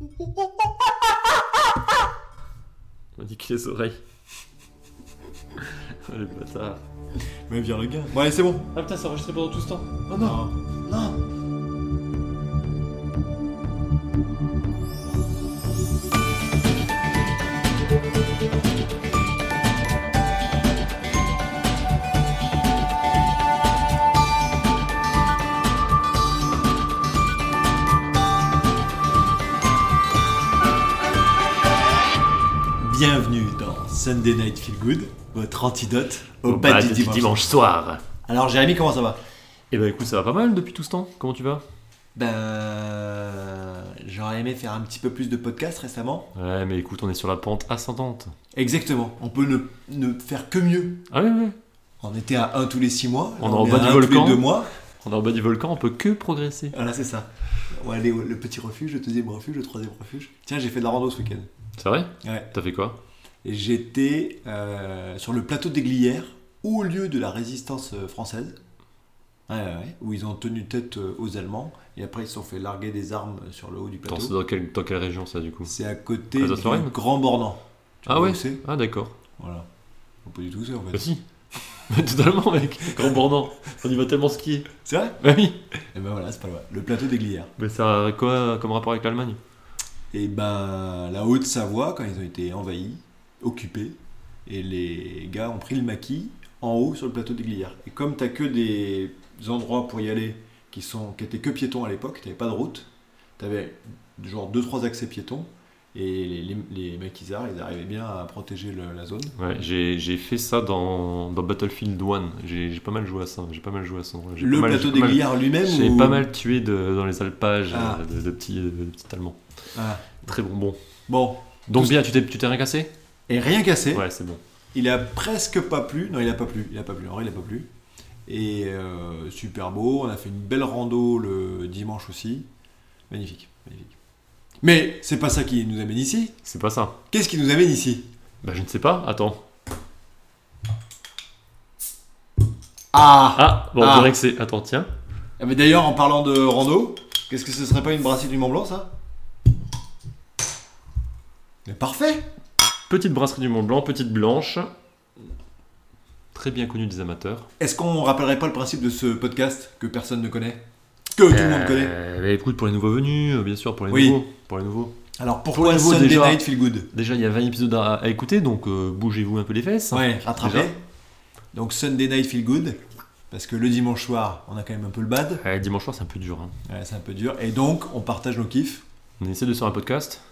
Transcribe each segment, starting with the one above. On dit que les oreilles. oh, le bâtard. Mais viens le gars. Bon, allez, c'est bon. Ah putain, c'est enregistré pendant tout ce temps. Oh non. Non. Bienvenue dans Sunday Night Feel Good, votre antidote au, Au bad bad du dimanche. soir. Alors Jérémy, comment ça va Eh ben écoute, ça va pas mal depuis tout ce temps. Comment tu vas Ben, j'aurais aimé faire un petit peu plus de podcasts récemment. Ouais, mais écoute, on est sur la pente ascendante. Exactement. On peut ne, ne faire que mieux. Ah oui, oui. On était à un tous les six mois. On est là, en est bas à du un volcan. Tous les deux mois. On est en bas du volcan, on peut que progresser. Voilà, c'est ça. On va aller au le petit refuge, le deuxième refuge, le troisième refuge. Tiens, j'ai fait de la rando ce week-end. C'est vrai Ouais. T'as fait quoi Et J'étais euh, sur le plateau des Glières, au lieu de la résistance euh, française, Ouais, ouais, ouais, où ils ont tenu tête euh, aux Allemands, et après ils se sont fait larguer des armes euh, sur le haut du Attends, plateau. c'est dans, quelle- dans quelle région ça du coup C'est à côté Place de du Touraine Grand Bornand. Tu Ah vois ouais où c'est Ah d'accord. Voilà. On peut du tout ça en Bah fait. si. Mais totalement mec. Grand bornant. On y va tellement skier. C'est vrai Bah oui. Et ben voilà, c'est pas loin. Le plateau des Glières. Mais ça a quoi comme rapport avec l'Allemagne Et ben la Haute-Savoie, quand ils ont été envahis, occupés, et les gars ont pris le maquis en haut sur le plateau des Glières. Et comme t'as que des endroits pour y aller qui sont qui étaient que piétons à l'époque, t'avais pas de route, t'avais genre deux trois accès piétons. Et les, les, les maquisards, ils arrivaient bien à protéger le- la zone. Ouais, j'ai j'ai fait ça dans, dans Battlefield 1. J'ai j'ai pas mal joué à ça. J'ai pas mal joué à ça. J'ai Le pas mal- plateau j'ai pas des mal- Glières lui-même J'ai ou- pas mal tué de- dans les alpages Ah. euh, de, de petits, de petits Allemands. Ah. Très bon, bon. Bon, Donc Tous- bien, tu t'es tu t'es rien cassé et rien cassé. Ouais, c'est bon. Il a presque pas plu. Non, il a pas plu. Il a pas plu. En vrai, il a pas plu. Et euh, super beau. On a fait une belle rando le dimanche aussi. Magnifique, magnifique. Mais c'est pas ça qui nous amène ici. C'est pas ça. Qu'est-ce qui nous amène ici Bah je ne sais pas. Attends. Ah, Ah, bon, Ah. on dirait que c'est... Attends, tiens. Ah, Mais d'ailleurs, en parlant de rando, qu'est-ce que ce serait pas une brassée du Mont Blanc, ça Mais parfait Petite brasserie du Mont Blanc, petite blanche. Très bien connue des amateurs. Est-ce qu'on rappellerait pas le principe de ce podcast que personne ne connaît Que tout le monde connaît Euh, bah, écoute, pour les nouveaux venus, euh, bien sûr, pour les Oui. nouveaux. Pour les nouveaux. Alors pour pourquoi le niveau, Sunday déjà- Night Feel Good Déjà, il y a 20 épisodes à, à écouter, donc euh, bougez-vous un peu les fesses. Ouais, rattrapé. déjà. Donc Sunday Night Feel Good, parce que le dimanche soir, on a quand même un peu le bad, Euh, dimanche soir, c'est un peu dur. hein. Ouais, c'est un peu dur, et donc on partage nos kiffs, On essaie de faire un podcast,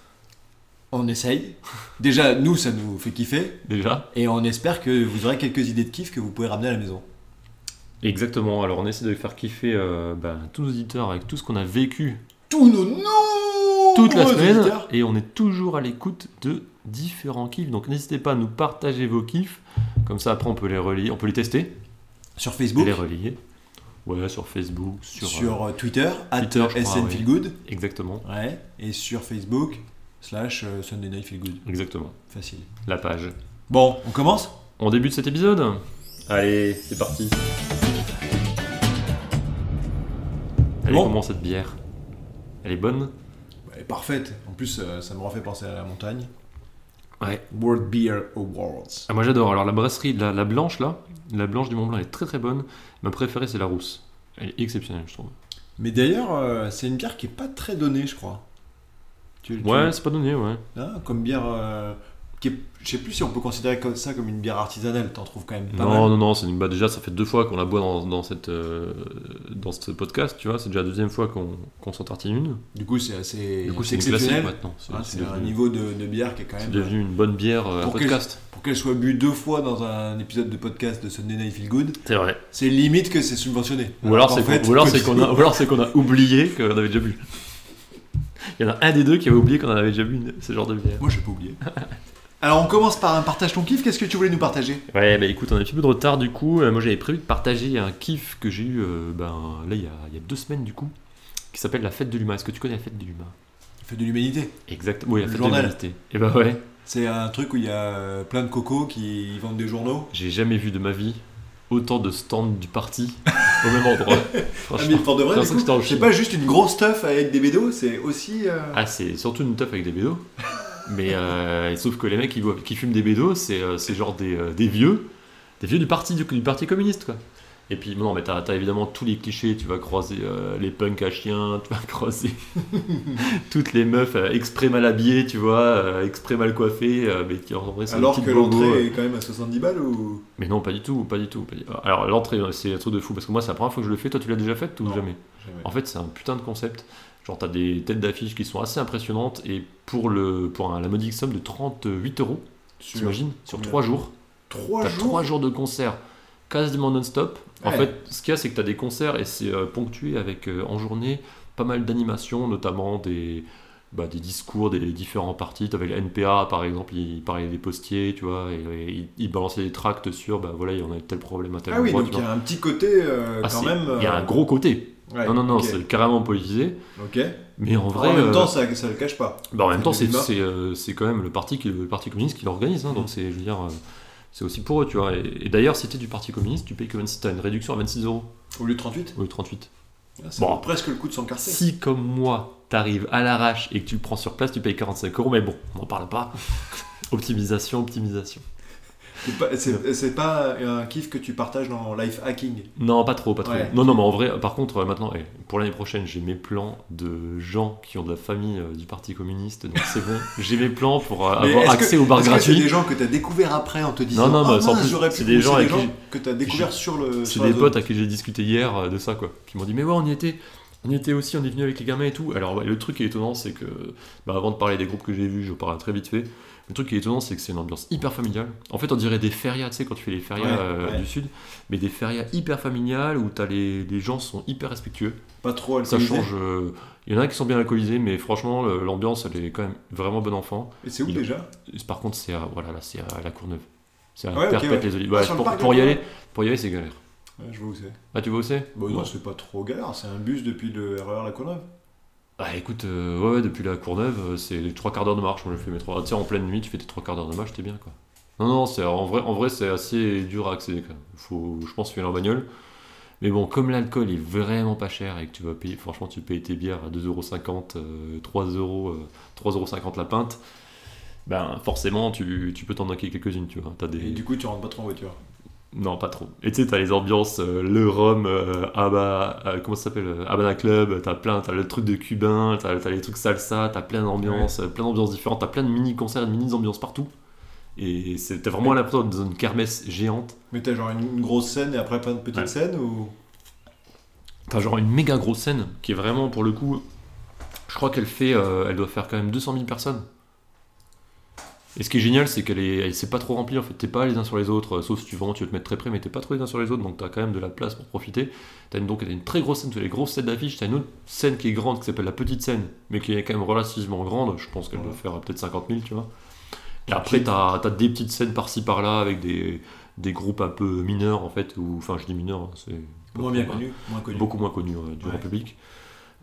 on essaye. Déjà, nous, ça nous fait kiffer, déjà. et on espère que vous aurez quelques idées de kiffs que vous pouvez ramener à la maison. Exactement, alors on essaie de faire kiffer euh, bah, tous nos auditeurs avec tout ce qu'on a vécu Tous nos noms toute la semaine. Et on est toujours à l'écoute de différents kiffs. Donc n'hésitez pas à nous partager vos kiffs. Comme ça, après, on peut les relier, on peut les tester, Sur et Facebook, les relier. Ouais, sur Facebook, sur. sur, euh, euh, Twitter, at Twitter, je crois, SN oui. Feel Good, exactement. ouais, et sur Facebook, slash euh, Sunday Night Feel Good. Exactement. Facile. La page. Bon, on commence On débute cet épisode Allez, c'est parti. Elle est Bon. comment cette bière Elle est bonne Ouais, Parfaite, en plus euh, ça me refait penser à la montagne. Ouais. World Beer Awards. Ah, moi j'adore. Alors la brasserie, la, la blanche là, la blanche du Mont Blanc elle est très très bonne. Ma préférée c'est la rousse. Elle est exceptionnelle je trouve. Mais d'ailleurs, euh, c'est une bière qui est pas très donnée, je crois. Tu, tu- Ouais, c'est pas donné, ouais. hein, comme bière. euh, qui est- je sais plus si on peut considérer comme ça comme une bière artisanale. T'en trouves quand même pas non, mal. non, non, c'est une bah, déjà ça fait deux fois qu'on la boit dans, dans cette, euh, dans ce podcast, tu vois. C'est déjà la deuxième fois qu'on qu'on s'en tartine une. Du coup, c'est assez Du coup c'est une classique exceptionnel. maintenant. C'est Hein, c'est c'est un devenu, niveau de, de bière qui est quand c'est même. devenu une bonne bière euh, à Pour que- podcast. Pour qu'elle soit bu deux fois dans un épisode de podcast de Sunday Night Feel Good, C'est vrai. c'est limite que c'est subventionné. Ou alors, qu'en c'est fait, qu'on, ou alors c'est quand qu'on tu- a, ou alors c'est qu'on a oublié qu'on avait déjà bu. Il y en a un des deux qui avait oublié qu'on en avait déjà bu une- ce genre de bière. Moi, j'ai pas oublié. alors, on commence par un partage ton kiff. Qu'est-ce que tu voulais nous partager Ouais, bah écoute, on a un petit peu de retard du coup. Euh, moi j'avais prévu de partager un kiff que j'ai eu euh, ben, là il y, a, il y a deux semaines du coup, qui s'appelle la fête de l'humain. Est-ce que tu connais la fête de l'humain Fait de l'humanité. Exactement. Oui, la Le fête journal. Eh ben de l'humanité. Et bah ouais, C'est un truc où il y a euh, plein de cocos qui vendent des journaux. j'ai jamais vu de ma vie autant de stands du parti au même endroit. Ah, Franchement. mais pour de J'ai vrai, du l'impression que coup, c'était en c'est Chine. pas juste une grosse teuf avec des bédos, c'est aussi. euh, Ah, c'est surtout une teuf avec des bédos. Mais euh, sauf que les mecs qui, boivent- qui fument des bédos, c'est euh, c'est genre des, euh, des vieux, des vieux du parti, du, du parti communiste, quoi. Et puis, non, mais t'as t'as évidemment tous les clichés. Tu vas croiser euh, les punks à chiens, tu vas croiser toutes les meufs euh, exprès mal habillées, tu vois, euh, exprès mal coiffées, euh, mais qui en vrai sont des Alors petites que bobos, euh. l'entrée est quand même à 70 balles ou. Mais non, pas du tout, pas du tout. pas du- Alors, l'entrée, euh, c'est un truc de fou, parce que moi, c'est la première fois que je le fais. Toi, tu l'as déjà faite ou Non. jamais en fait, c'est un putain de concept. Genre, t'as des têtes d'affiches qui sont assez impressionnantes et pour, le, pour un- la modique somme de 38 euros, Sur t'imagines, sur combien 3 jours, 3 t'as jours. 3 jours de concert quasiment non-stop. En Ouais. fait, ce qu'il y a, c'est que t'as des concerts et c'est euh, ponctué avec euh, en journée pas mal d'animations, notamment des, bah, des discours des différents partis. T'avais le NPA par exemple, il parlait des postiers, tu vois, et, et il, il balançait des tracts sur bah voilà, il y en a tel problème à tel Ah oui, endroit, donc tu il y vois. a un petit côté euh, Ah, quand c'est- même. il y a euh, un gros côté. ouais, non, non, non, ok, c'est carrément politisé. Ok. Mais en vrai. en même euh, temps, ça, ça le cache pas. Bah, en même temps, c'est Débat. c'est, euh, c'est quand même le parti, qui, le parti communiste qui l'organise. hein, Mm. donc, c'est, je veux dire, euh, c'est aussi pour eux, tu vois. Et, et d'ailleurs, si t'es du parti communiste, tu payes que 26, t'as une réduction à 26 euros Au lieu de 38, au lieu de 38. c'est Bon. presque le coup de s'encarter. Si, comme moi, t'arrives à l'arrache et que tu le prends sur place, tu payes 45 euros. Mais bon, on n'en parle pas. optimisation, optimisation. C'est pas- C'est c'est pas un kiff que tu partages dans life hacking. Non, pas trop, pas trop. Ouais. Non, non, mais en vrai, par contre, euh, maintenant, eh, pour l'année prochaine, j'ai mes plans de gens qui ont de la famille euh, du parti communiste. Donc, c'est bon. J'ai mes plans pour euh, Mais avoir est-ce accès aux bars Parce que c'est gratuits. des gens que t'as découvert après en te disant. non, Ah mais sans mince, plus, j'aurais c'est pu- des ou gens avec qui que t'as découvert sur le. C'est sur la des zone. potes à qui j'ai discuté hier euh, de ça, quoi, qui m'ont dit, mais ouais, on y était, on y était aussi, on est venu avec les gamins et tout. Alors, ouais, le truc qui est étonnant, c'est que, bah, avant de parler des groupes que j'ai vus, je parle très vite fait. Le truc qui est étonnant, c'est que c'est une ambiance hyper familiale. En fait, on dirait des férias, tu sais, quand tu fais les férias Ouais, euh, ouais. du Sud, mais des férias hyper familiales où t'as les, les gens sont hyper respectueux. Pas trop Ça alcoolisés. change. euh, Il y en a qui sont bien alcoolisés, mais franchement, le- l'ambiance, elle est quand même vraiment bon enfant. Et c'est où Il- déjà Par contre, c'est à, voilà, là, c'est à la Courneuve. C'est à Ouais, ok, Perpète ouais. les Olives. Ah, Ouais, sur le pour, parc de pour y Courneuve. aller, pour y aller, c'est galère. Ouais, Je vois où c'est. Ah, tu vois où c'est Bon, non, Ouais. c'est pas trop galère, c'est un bus depuis le RER La Courneuve. Bah écoute, euh, ouais, ouais, depuis la Courneuve, euh, c'est les trois quarts d'heure de marche. Moi, je fais mes trois. Tu sais, en pleine nuit, tu fais tes trois quarts d'heure de marche, t'es bien quoi. Non, non, c'est en vrai, en vrai, c'est assez dur à accéder. Quand même. Faut, je pense, filer en bagnole. Mais bon, comme l'alcool est vraiment pas cher et que tu vas payer, franchement, tu payes tes bières à 2,50€, euh, 3€, euh, 3,50€ la pinte, ben forcément, tu, tu peux t'en noquer quelques-unes, tu vois. T'as des... Et du coup, tu rentres pas trop en voiture. Non, pas trop. Et tu sais, t'as les ambiances, euh, le rhum, euh, Abba, euh, comment ça s'appelle euh, Habana Club, t'as plein, t'as le truc de cubain, t'as t'as les trucs salsa, t'as plein d'ambiances, euh, plein d'ambiances différentes, t'as plein de mini-concerts, de mini-ambiances partout. Et c'est- t'as vraiment l'impression d'être dans une kermesse géante. Mais t'as genre une, une grosse scène et après plein de petites Ouais. scènes ou. T'as genre une méga grosse scène qui est vraiment, pour le coup, je crois qu'elle fait, euh, elle doit faire quand même 200 000 personnes. Et ce qui est génial, c'est qu'elle est, elle s'est pas trop remplie en fait. T'es pas les uns sur les autres, euh, sauf si tu vends, tu veux te mettre très près, mais t'es pas trop les uns sur les autres, donc t'as quand même de la place pour profiter. T'as une, donc t'as une très grosse scène, tu as les grosses scènes d'affiches. T'as une autre scène qui est grande, qui s'appelle la petite scène, mais qui est quand même relativement grande. Je pense qu'elle doit faire euh, peut-être 50 000, tu vois. Et après, t'as as des petites scènes par-ci par-là avec des, des groupes un peu mineurs en fait, ou enfin je dis mineurs, hein, c'est Moins bien connu, moins connu. beaucoup moins connu euh, du grand Ouais. public.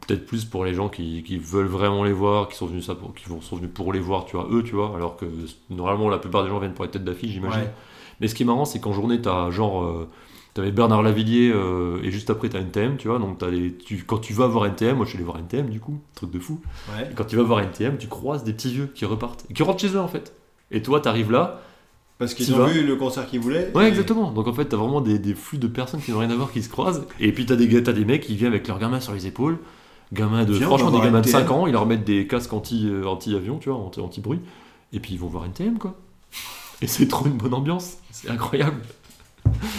Peut-être plus pour les gens qui, qui veulent vraiment les voir, qui sont venus ça pour, qui vont- sont venus pour les voir, tu vois, eux, tu vois, alors que normalement la plupart des gens viennent pour les têtes d'affiche, j'imagine. Ouais. Mais ce qui est marrant, c'est qu'en journée, t'as genre, euh, t'avais Bernard Lavillier euh, et juste après t'as NTM, tu vois, donc t'as les, tu, quand tu vas voir NTM, moi je suis allé voir NTM du coup, truc de fou. Ouais. Et quand tu vas voir NTM, tu croises des petits vieux qui repartent, qui rentrent chez eux en fait. Et toi, t'arrives là, Parce Tu qu'ils ont vas. vu le concert qu'ils voulaient. Ouais, et- exactement. Donc en fait, t'as vraiment des, des flux de personnes qui n'ont rien à voir qui se croisent. Et puis t'as des, gars- t'as des mecs qui viennent avec leurs gamins sur les épaules. Gamins de, Viens, on franchement, va des gamins voir de NTM. 5 ans, ils leur mettent des casques anti, euh, anti-avion, tu vois, anti- anti-bruit. et puis ils vont voir NTM, quoi. Et c'est trop une bonne ambiance. C'est incroyable.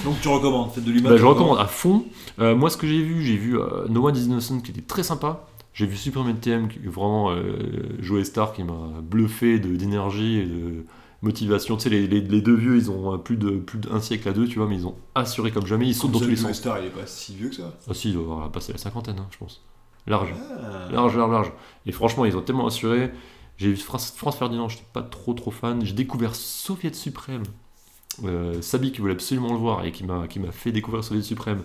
Donc tu recommandes, faites de l'humain. Bah, tu je recommandes. recommande à fond. Euh, moi, ce que j'ai vu, j'ai vu euh, No One Is Innocent qui était très sympa. J'ai vu Superman TM, qui est vraiment euh, Joey Star qui m'a bluffé de- d'énergie et de motivation. Tu sais, les, les- les deux vieux, ils ont euh, plus d'un plus d'un siècle à deux, tu vois, mais ils ont assuré comme jamais. Ils sautent dans Comme tous les ça, Joe sens. Star, il est pas si vieux que ça. Ah si, il doit avoir passé la cinquantaine, hein, je pense. Large. Ah. Large, large, large. Et franchement, ils ont tellement assuré. J'ai vu France, France Ferdinand, j'étais pas trop trop fan. J'ai découvert Soviet Suprême. Euh, Sabi qui voulait absolument le voir et qui m'a qui m'a fait découvrir Soviet Suprême.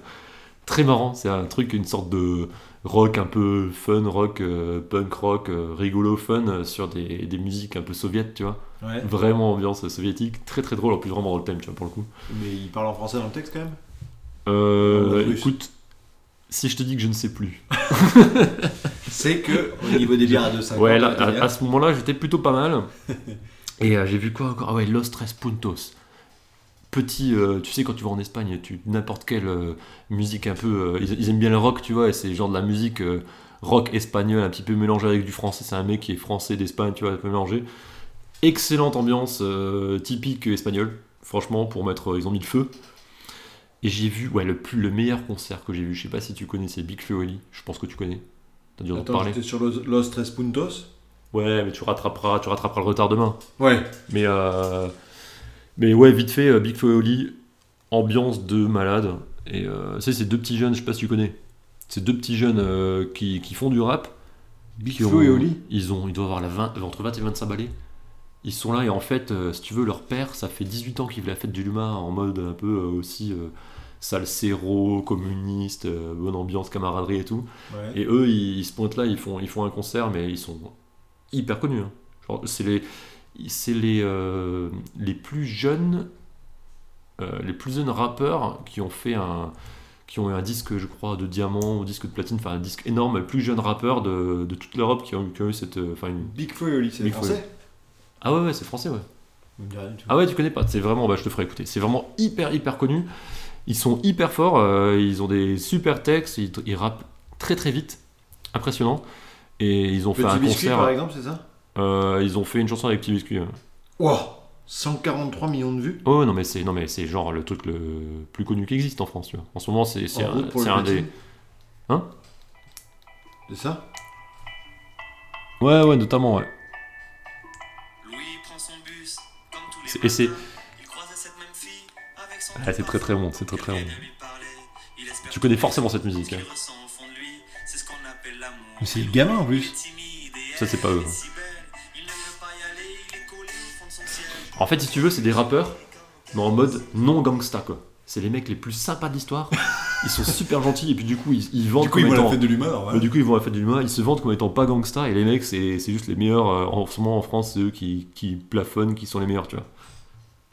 Très marrant, c'est un truc, une sorte de rock un peu fun, rock, euh, punk rock, euh, rigolo fun euh, sur des, des musiques un peu soviètes, tu vois. Ah. Ouais. Vraiment ambiance soviétique, très très drôle, en plus vraiment dans le thème, tu vois, pour le coup. Mais il parle en français dans le texte quand même Euh, En russe. écoute, Si je te dis que je ne sais plus. C'est que au niveau des bières à 2,50. Ouais, là, les bières- à, à ce moment-là, j'étais plutôt pas mal. Et euh, j'ai vu quoi encore Ah ouais, Los Tres Puntos. Petit, euh, tu sais, quand tu vas en Espagne, tu n'importe quelle euh, musique un peu. euh, ils, ils aiment bien le rock, tu vois, et c'est genre de la musique euh, rock espagnole, un petit peu mélangée avec du français. C'est un mec qui est français d'Espagne, tu vois, un peu mélangé. Excellente ambiance euh, typique espagnole, franchement, pour mettre. euh, ils ont mis le feu. Et j'ai vu, ouais, le, plus, le meilleur concert que j'ai vu, je sais pas si tu connais, c'est Big Flo et Oli. Je pense que tu connais. T'as dû en Attends, parler. j'étais sur Los, Los Tres Puntos. Ouais, mais tu rattraperas, tu rattraperas le retard demain. Ouais. Mais, euh, mais ouais, vite fait, euh, Big Flo et Oli, ambiance de malade. Et euh, tu sais, ces deux petits jeunes, je sais pas si tu connais, ces deux petits jeunes euh, qui, qui font du rap. Big qui Flo ont- et Oli. Ils, ont, ils doivent avoir la 20, euh, entre 20 et 25 balais. Ils sont là et en fait, euh, si tu veux, leur père, ça fait 18 ans qu'il fait la fête du Luma en mode un peu euh, aussi euh, salsero, communiste, euh, bonne ambiance, camaraderie et tout. Ouais. Et eux, ils, ils se pointent là, ils font, ils font un concert, mais ils sont hyper connus. hein. Genre, c'est les, c'est les, euh, les plus jeunes, euh, les plus jeunes rappeurs qui ont fait un, qui ont eu un disque, je crois, de diamant ou disque de platine, enfin un disque énorme, les plus jeunes rappeurs de, de toute l'Europe qui ont, qui ont eu cette, euh, enfin une- Big Flo et Oli, c'est Big Flo et- français Ah ouais, ouais, c'est français, ouais. Ça me dit rien du tout. Ah ouais, tu connais pas. C'est vraiment, bah, je te ferai écouter. C'est vraiment hyper, hyper connu. Ils sont hyper forts. euh, ils ont des super textes. Ils, ils rappent très, très vite. Impressionnant. Et ils ont fait Petit un biscuit, concert. par exemple, c'est ça euh, ils ont fait une chanson avec Petit Biscuit. ouais. Wow 143 millions de vues Oh non mais c'est non mais c'est genre le truc le plus connu qui existe en France. Tu vois. En ce moment c'est c'est en un, route pour c'est le un des platine. Hein C'est ça ouais ouais notamment ouais. Louis prend son bus, comme tous les C'est- et c'est- matins. Il croise cette même fille avec son Ah, c'est très très bon c'est très très bon. Tu connais forcément cette musique. hein. Mais c'est le gamin en plus. Ça, c'est pas eux, hein. En fait si tu veux c'est des Oh, rappeurs mais en mode non gangsta quoi. C'est les mecs les plus sympas de l'histoire. Ils sont super gentils et puis du coup ils, ils vendent Du coup, comme ils vont étant- la fête de l'humeur. ouais. Euh, Du coup, ils vont à la fête du Luma, ils se vendent comme étant pas gangsta, et les mecs, c'est c'est juste les meilleurs. euh, en ce moment, en France, c'est eux qui, qui plafonnent, qui sont les meilleurs, tu vois.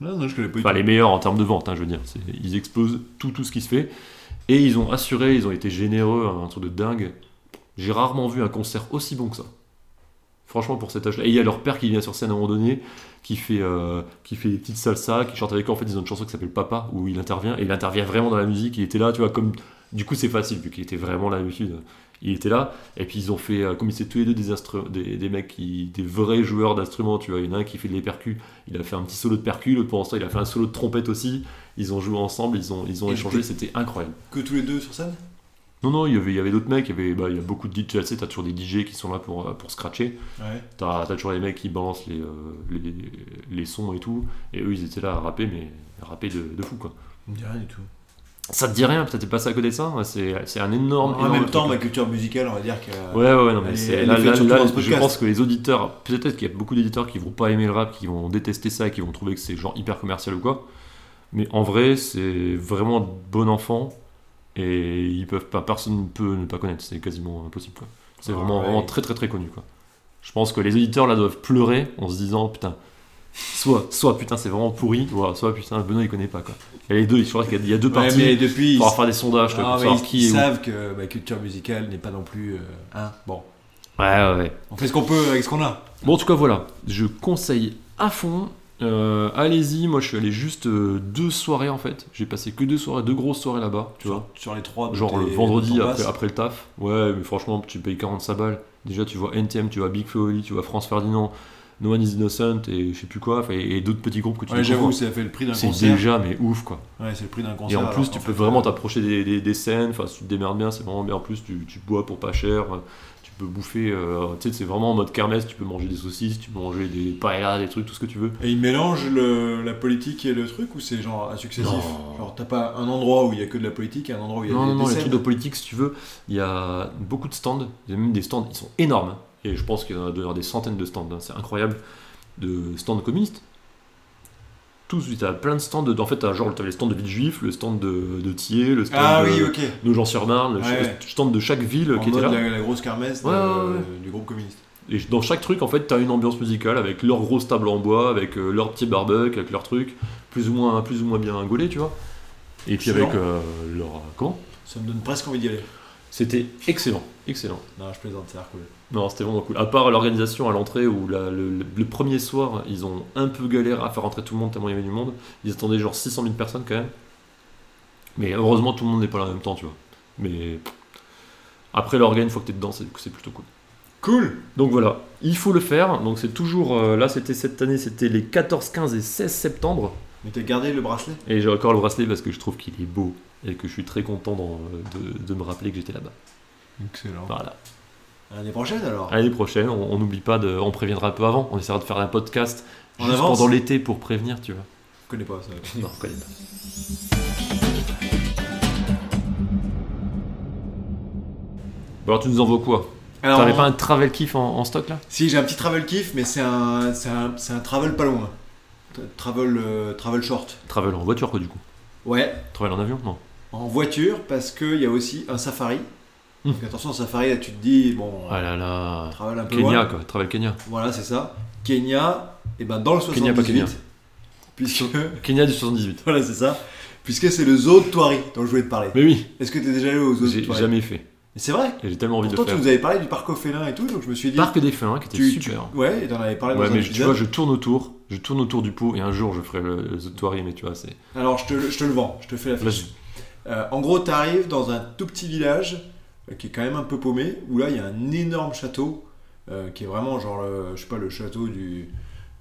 Non, non, je connais pas. du Enfin, les meilleurs en termes de vente, hein, je veux dire. C'est- Ils explosent tout, tout ce qui se fait. Et ils ont assuré, ils ont été généreux, hein, un truc de dingue. J'ai rarement vu un concert aussi bon que ça. Franchement, pour cet âge-là. Et il y a leur père qui vient sur scène à un moment donné, qui fait, euh, qui fait des petites salsas, qui chante avec eux. En fait, ils ont une chanson qui s'appelle Papa, où il intervient. Et il intervient vraiment dans la musique. Il était là, tu vois, comme. Du coup, c'est facile, vu qu'il était vraiment là d'habitude. Il était là. Et puis, ils ont fait. euh, Comme ils étaient tous les deux des, instru- des, des mecs, qui, des vrais joueurs d'instruments, tu vois. Il y en a un qui fait des percus. Il a fait un petit solo de percus. L'autre, pendant ce temps, il a fait un solo de trompette aussi. Ils ont joué ensemble. Ils ont, ils ont Et échangé. c'était- C'était incroyable. tout. Que tous les deux sur scène Non, non, il y avait, il y avait d'autres mecs, il y, avait, bah, il y a beaucoup de DJ, tu sais, t'as toujours des DJ qui sont là pour, euh, pour scratcher, Ouais. t'as t'as toujours les mecs qui balancent les, euh, les, les sons et tout, et eux ils étaient là à rapper, mais à rapper de, de fou quoi. Je me dis rien du tout. Ça te dit rien, peut-être t'es passé à côté de ça, hein, c'est c'est un énorme. En énorme même temps, ma truc, culture musicale, on va dire que. quoi. Ouais, ouais, ouais, non, mais elle est- c'est- elle là, est faite là, surtout là, dans ce je podcast. pense que les auditeurs, peut-être qu'il y a beaucoup d'éditeurs qui vont pas aimer le rap, qui vont détester ça, qui vont trouver que c'est genre hyper commercial ou quoi, mais en vrai, c'est vraiment bon enfant, et ils peuvent pas, personne ne peut ne pas connaître, c'est quasiment impossible quoi. C'est Ah vraiment, ouais. vraiment très très très connu quoi. Je pense que les auditeurs là doivent pleurer en se disant putain, soit, soit putain c'est vraiment pourri, ou alors, soit putain Benoît il connaît pas quoi. Il y a les deux, je crois qu'il y a- il y a deux Ouais, parties. mais depuis, ils, Pour faire des sondages, quoi, Ah, pour mais savoir ils- qui ils est où. savent que ma culture musicale n'est pas non plus. euh, hein, bon, Ouais, ouais, ouais. on fait ce qu'on peut avec ce qu'on a. Bon, en tout cas, voilà. Je conseille à fond. Euh, Allez-y. Moi, je suis allé juste euh, deux soirées en fait. J'ai passé que deux soirées, deux grosses soirées là-bas. Tu vois. sur les trois. Genre dont le t'es- vendredi t'en après, passes. après le taf. Ouais, mais franchement, tu payes 45 balles. Déjà, tu vois NTM, tu vois Big Flo Oli, tu vois France Ferdinand, No One is Innocent et je sais plus quoi. enfin, Et, et d'autres petits groupes que tu Ouais, découvres. j'avoue, ça fait le prix d'un C'est concert. déjà mais ouf quoi. Ouais, c'est le prix d'un concert. Et en alors plus, qu'en tu fait, peux vraiment t'approcher des, des- des scènes, enfin, si tu te démerdes bien, c'est vraiment bien. En plus, tu, tu bois pour pas cher, euh, tu peux bouffer, euh, tu sais, c'est vraiment en mode kermesse, tu peux manger des saucisses, tu peux manger des paella, des trucs, tout ce que tu veux. Et ils mélangent le- la politique et le truc ou c'est genre à successif Non. Genre t'as pas un endroit où il y a que de la politique et un endroit où il y a Non, des, non, non, des les scènes trucs de politique, si tu veux, il y a beaucoup de stands, il y a même des stands, ils sont énormes, hein. et je pense qu'il y en a d'ailleurs des centaines de stands, hein, c'est incroyable, de stands communistes. Tous, t'as plein de stands, de, en fait, t'as genre, t'as les stands de Villejuif, le stand de, de Thiers, le stand Ah de oui, ok. Nogent-sur-Marne, le Ouais. stand de chaque ville en qui était mode là. la, la grosse kermesse de- Ouais, ouais, du groupe communiste. Et dans chaque truc, en fait, t'as une ambiance musicale avec leur grosse table en bois, avec euh, leur petit barbecue, avec leur truc, plus ou moins, plus ou moins bien gaulé, tu vois. Et puis Excellent. avec euh, leur. euh, Comment Ça me donne presque envie d'y aller. C'était excellent, excellent. Non, je plaisante, c'est cool. Non, c'était vraiment cool. À part l'organisation à l'entrée où la- le, le- le premier soir, ils ont un peu galère à faire rentrer tout le monde tellement il y avait du monde. Ils attendaient genre 600 000 personnes quand même. Mais heureusement, tout le monde n'est pas là en même temps, tu vois. Mais après l'organe, une fois que t'es dedans, c'est c'est plutôt cool. Cool Donc voilà, il faut le faire. Donc c'est toujours euh, là, c'était cette année, c'était les 14, 15 et 16 septembre. Mais t'as gardé le bracelet Et j'ai encore le bracelet parce que je trouve qu'il est beau et que je suis très content d'en- euh, de, de me rappeler que j'étais là-bas. Excellent. Voilà. Ah, L'année prochaine alors À L'année prochaine, on on n'oublie pas de, on préviendra un peu avant. On essaiera de faire un podcast En juste avance. pendant l'été pour prévenir, tu vois. Je connais pas ça. Non, je connais pas. Bon, Alors tu nous envoies quoi Alors, T'avais pas un travel kiff en, en stock là Si, j'ai un petit travel kiff, mais c'est un, c'est un, c'est un travel pas loin. T- Travel, euh, travel short. Travel en voiture quoi du coup Ouais, Travel en avion Non. en voiture, parce qu'il y a aussi un safari. Hmm. Donc attention, safari, là tu te dis, bon, Ah là là. travel un peu Kenya loin. quoi, travel Kenya. Voilà, c'est ça. Kenya, et ben dans le 78. Kenya, pas Kenya. Puisque, Kenya du 78. voilà, c'est ça. Puisque c'est le zoo de Toari dont je voulais te parler. Mais oui, Est-ce que t'es déjà allé au zoo de j'ai Toari jamais fait. Mais c'est vrai. Et j'ai tellement envie Pourtant, de tu faire. nous avais parlé du parc aux félins et tout, donc je me suis dit. Parc des félins qui était tu, tu- super. Ouais, et t'en avais parlé Ouais, dans un mais je- tu épisode. vois, je tourne autour, je tourne autour du pot et un jour je ferai le, le The Toiry, mais tu vois, c'est. Alors, je te, le- je te le vends, je te fais la Là, je- Euh, en gros, tu arrives dans un tout petit village euh, qui est quand même un peu paumé, où là, il y a un énorme château euh, qui est vraiment genre, le, je sais pas, le château du,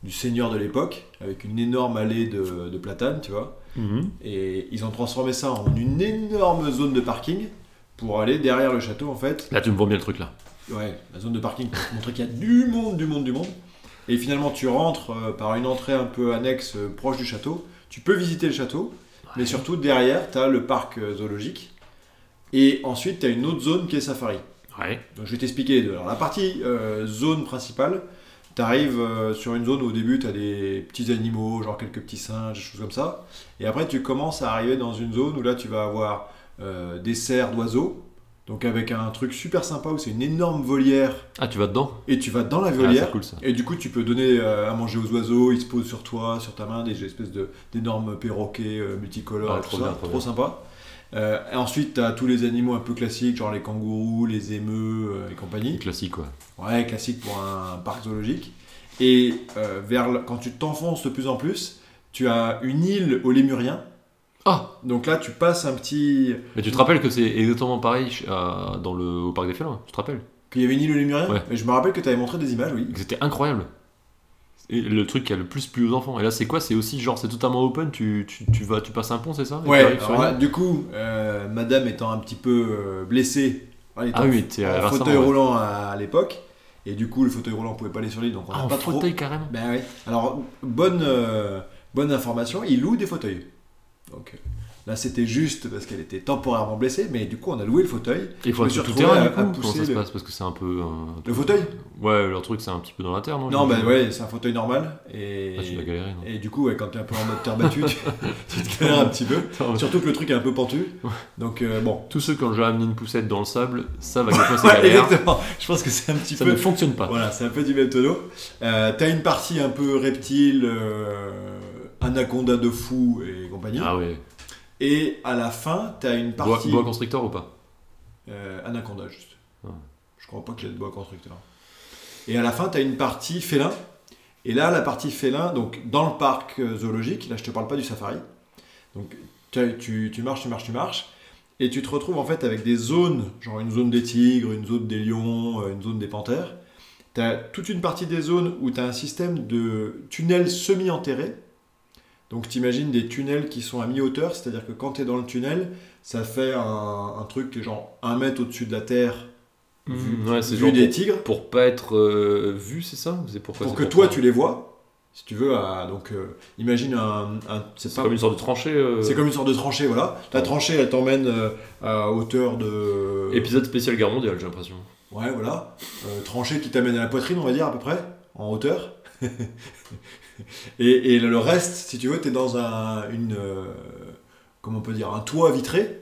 du seigneur de l'époque, avec une énorme allée de, de platanes, tu vois. Mhm. Et ils ont transformé ça en une énorme zone de parking pour aller derrière le château, en fait. Là, tu me vends bien le truc là. Ouais, la zone de parking pour te montrer qu'il y a du monde, du monde, du monde. Et finalement, tu rentres euh, par une entrée un peu annexe euh, proche du château. Tu peux visiter le château, mais surtout derrière, tu as le parc euh, zoologique. Et ensuite, tu as une autre zone qui est safari. Ouais. Donc, je vais t'expliquer les deux. Alors, la partie euh, zone principale, tu arrives sur une zone où au début, tu as des petits animaux, genre quelques petits singes, des choses comme ça. Et après, tu commences à arriver dans une zone où là, tu vas avoir euh, des serres d'oiseaux. Donc, avec un truc super sympa où c'est une énorme volière Ah, tu vas dedans et tu vas dans la ah, volière. C'est cool ça. Et du coup, tu peux donner euh, à manger aux oiseaux, ils se posent sur toi, sur ta main, des espèces de- d'énormes perroquets euh, multicolores, Ah, et trop tout ça, bien, trop trop bien. sympa. Euh, et ensuite, tu as tous les animaux un peu classiques, genre les kangourous, les émeux euh, et C'est compagnie. classique quoi. Ouais, classique pour un parc zoologique. Et euh, vers le- quand tu t'enfonces de plus en plus, tu as une île aux lémuriens. Ah Donc là, tu passes un petit. Mais tu te rappelles que c'est exactement pareil euh, dans le, au parc des félins Tu te rappelles Qu'il y avait une île aux lémuriens Ouais. Et je me rappelle que tu avais montré des images, oui. C'était incroyable. Et le truc qui a le plus plu aux enfants. Et là, c'est quoi C'est aussi genre, c'est totalement open, tu, tu, tu vas, tu passes un pont, c'est ça Et Ouais, t'arrives sur alors là, une- du coup, euh, madame étant un petit peu euh, blessée, elle était Ah en- oui, t'es à en Vincent, fauteuil ouais. roulant à, à l'époque, et du coup, le fauteuil roulant pouvait pas aller sur l'île, donc on Ah, n'a en pas fauteuil carrément. trop. Ben oui. Alors, bonne, euh, bonne information, il loue des fauteuils. Donc euh, là, c'était juste parce qu'elle était temporairement blessée, mais du coup, on a loué le fauteuil. Il faut me être suis tout retrouvé terrain à- du à coup Comment pousser ça se le- passe Parce que c'est un peu. euh, Le fauteuil Ouais, leur truc, c'est un petit peu dans la terre, non Non, ben j'imagine ouais, c'est un fauteuil normal. Et, Ah, tu vas galérer, non et du coup, ouais, quand t'es un peu en mode terre battue, tu, tu te galères un petit peu. Surtout que le truc est un peu pentu. Donc euh, bon. Tous ceux qui ont déjà amené une poussette dans le sable savent à quel point c'est Ouais, galère. exactement. Je pense que c'est un petit Ça peu. ne fonctionne pas. Voilà, c'est un peu du même tonneau. Euh, T'as une partie un peu reptile, euh, anaconda de fou et compagnie. Ah ouais. Et à la fin, t'as une Bois, partie bois constrictor ou pas euh, anaconda juste. Ah. Je crois pas qu'il y ait de bois constructeur. Et à la fin, t'as une partie félin. Et là, la partie félin, donc dans le parc euh, zoologique, là je te parle pas du safari. Donc t'as- tu, tu marches, tu marches, tu marches. Et tu te retrouves en fait avec des zones, genre une zone des tigres, une zone des lions, euh, une zone des panthères. Tu as toute une partie des zones où tu as un système de tunnels semi-enterrés. Donc tu imagines des tunnels qui sont à mi-hauteur, c'est-à-dire que quand tu es dans le tunnel, ça fait un, un truc qui est genre un mètre au-dessus de la terre, vu, Mmh, Ouais, c'est vu genre des pour, tigres, pour pas être euh, vu, c'est ça C'est pourquoi pour c'est que pour toi ça tu les vois. Si tu veux, à- donc euh, imagine un. un- c'est C'est pas- comme une sorte de tranchée. euh, c'est comme une sorte de tranchée, voilà. La Ouais. tranchée, elle t'emmène euh, à hauteur de. Épisode spécial guerre mondiale, j'ai l'impression. Ouais, voilà. Euh, tranchée qui t'amène à la poitrine, on va dire, à peu près, en hauteur. et, et le le reste, si tu veux, t'es dans un, une, euh, comment on peut dire, un toit vitré,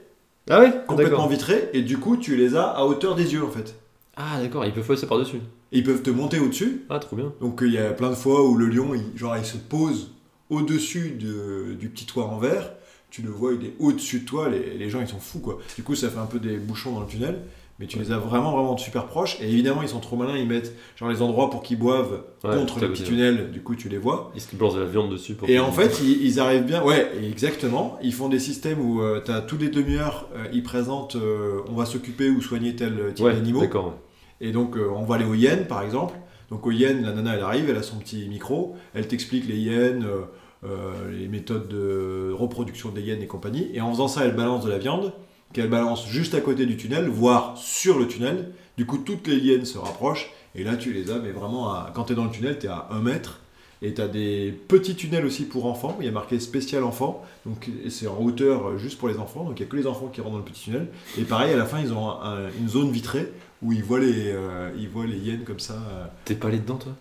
Ah ouais complètement vitré, et du coup, tu les as à hauteur des yeux, en fait. Ah d'accord, ils peuvent passer par-dessus. Et ils peuvent te monter au-dessus. Ah, trop bien. Donc, il y a plein de fois où le lion, il, genre, il se pose au-dessus de- du petit toit en verre. Tu le vois, il est au-dessus de toi. Les, les gens, ils sont fous, quoi. Du coup, ça fait un peu des bouchons dans le tunnel. Mais tu les as vraiment, vraiment super proches. Et évidemment, ils sont trop malins, ils mettent genre les endroits pour qu'ils boivent Ouais, contre t'as les petits vu, ouais. tunnels, du coup, tu les vois. Est-ce qu'ils balancent de la viande dessus pour Et que- en fait, ils, ils arrivent bien, ouais, exactement. Ils font des systèmes où euh, t'as tous les demi-heures, euh, ils présentent euh, on va s'occuper ou soigner tel euh, type ouais, d'animaux. d'accord. ouais. Et donc, euh, on va aller aux hyènes, par exemple. Donc, aux hyènes, la nana, elle arrive, elle a son petit micro, elle t'explique les hyènes, euh, euh, les méthodes de reproduction des hyènes et compagnie. Et en faisant ça, elle balance de la viande, qu'elle balance juste à côté du tunnel, voire sur le tunnel. Du coup, toutes les hyènes se rapprochent. Et là, tu les as, mais vraiment, à... quand t'es dans le tunnel, t'es à 1 mètre. Et t'as des petits tunnels aussi pour enfants. Il y a marqué spécial enfant. Donc, c'est en hauteur euh, juste pour les enfants. Donc, il n'y a que les enfants qui rentrent dans le petit tunnel. Et pareil, à la fin, ils ont un- un- une zone vitrée où ils voient les, euh, ils voient les hyènes comme ça. euh. T'es pas allé dedans, toi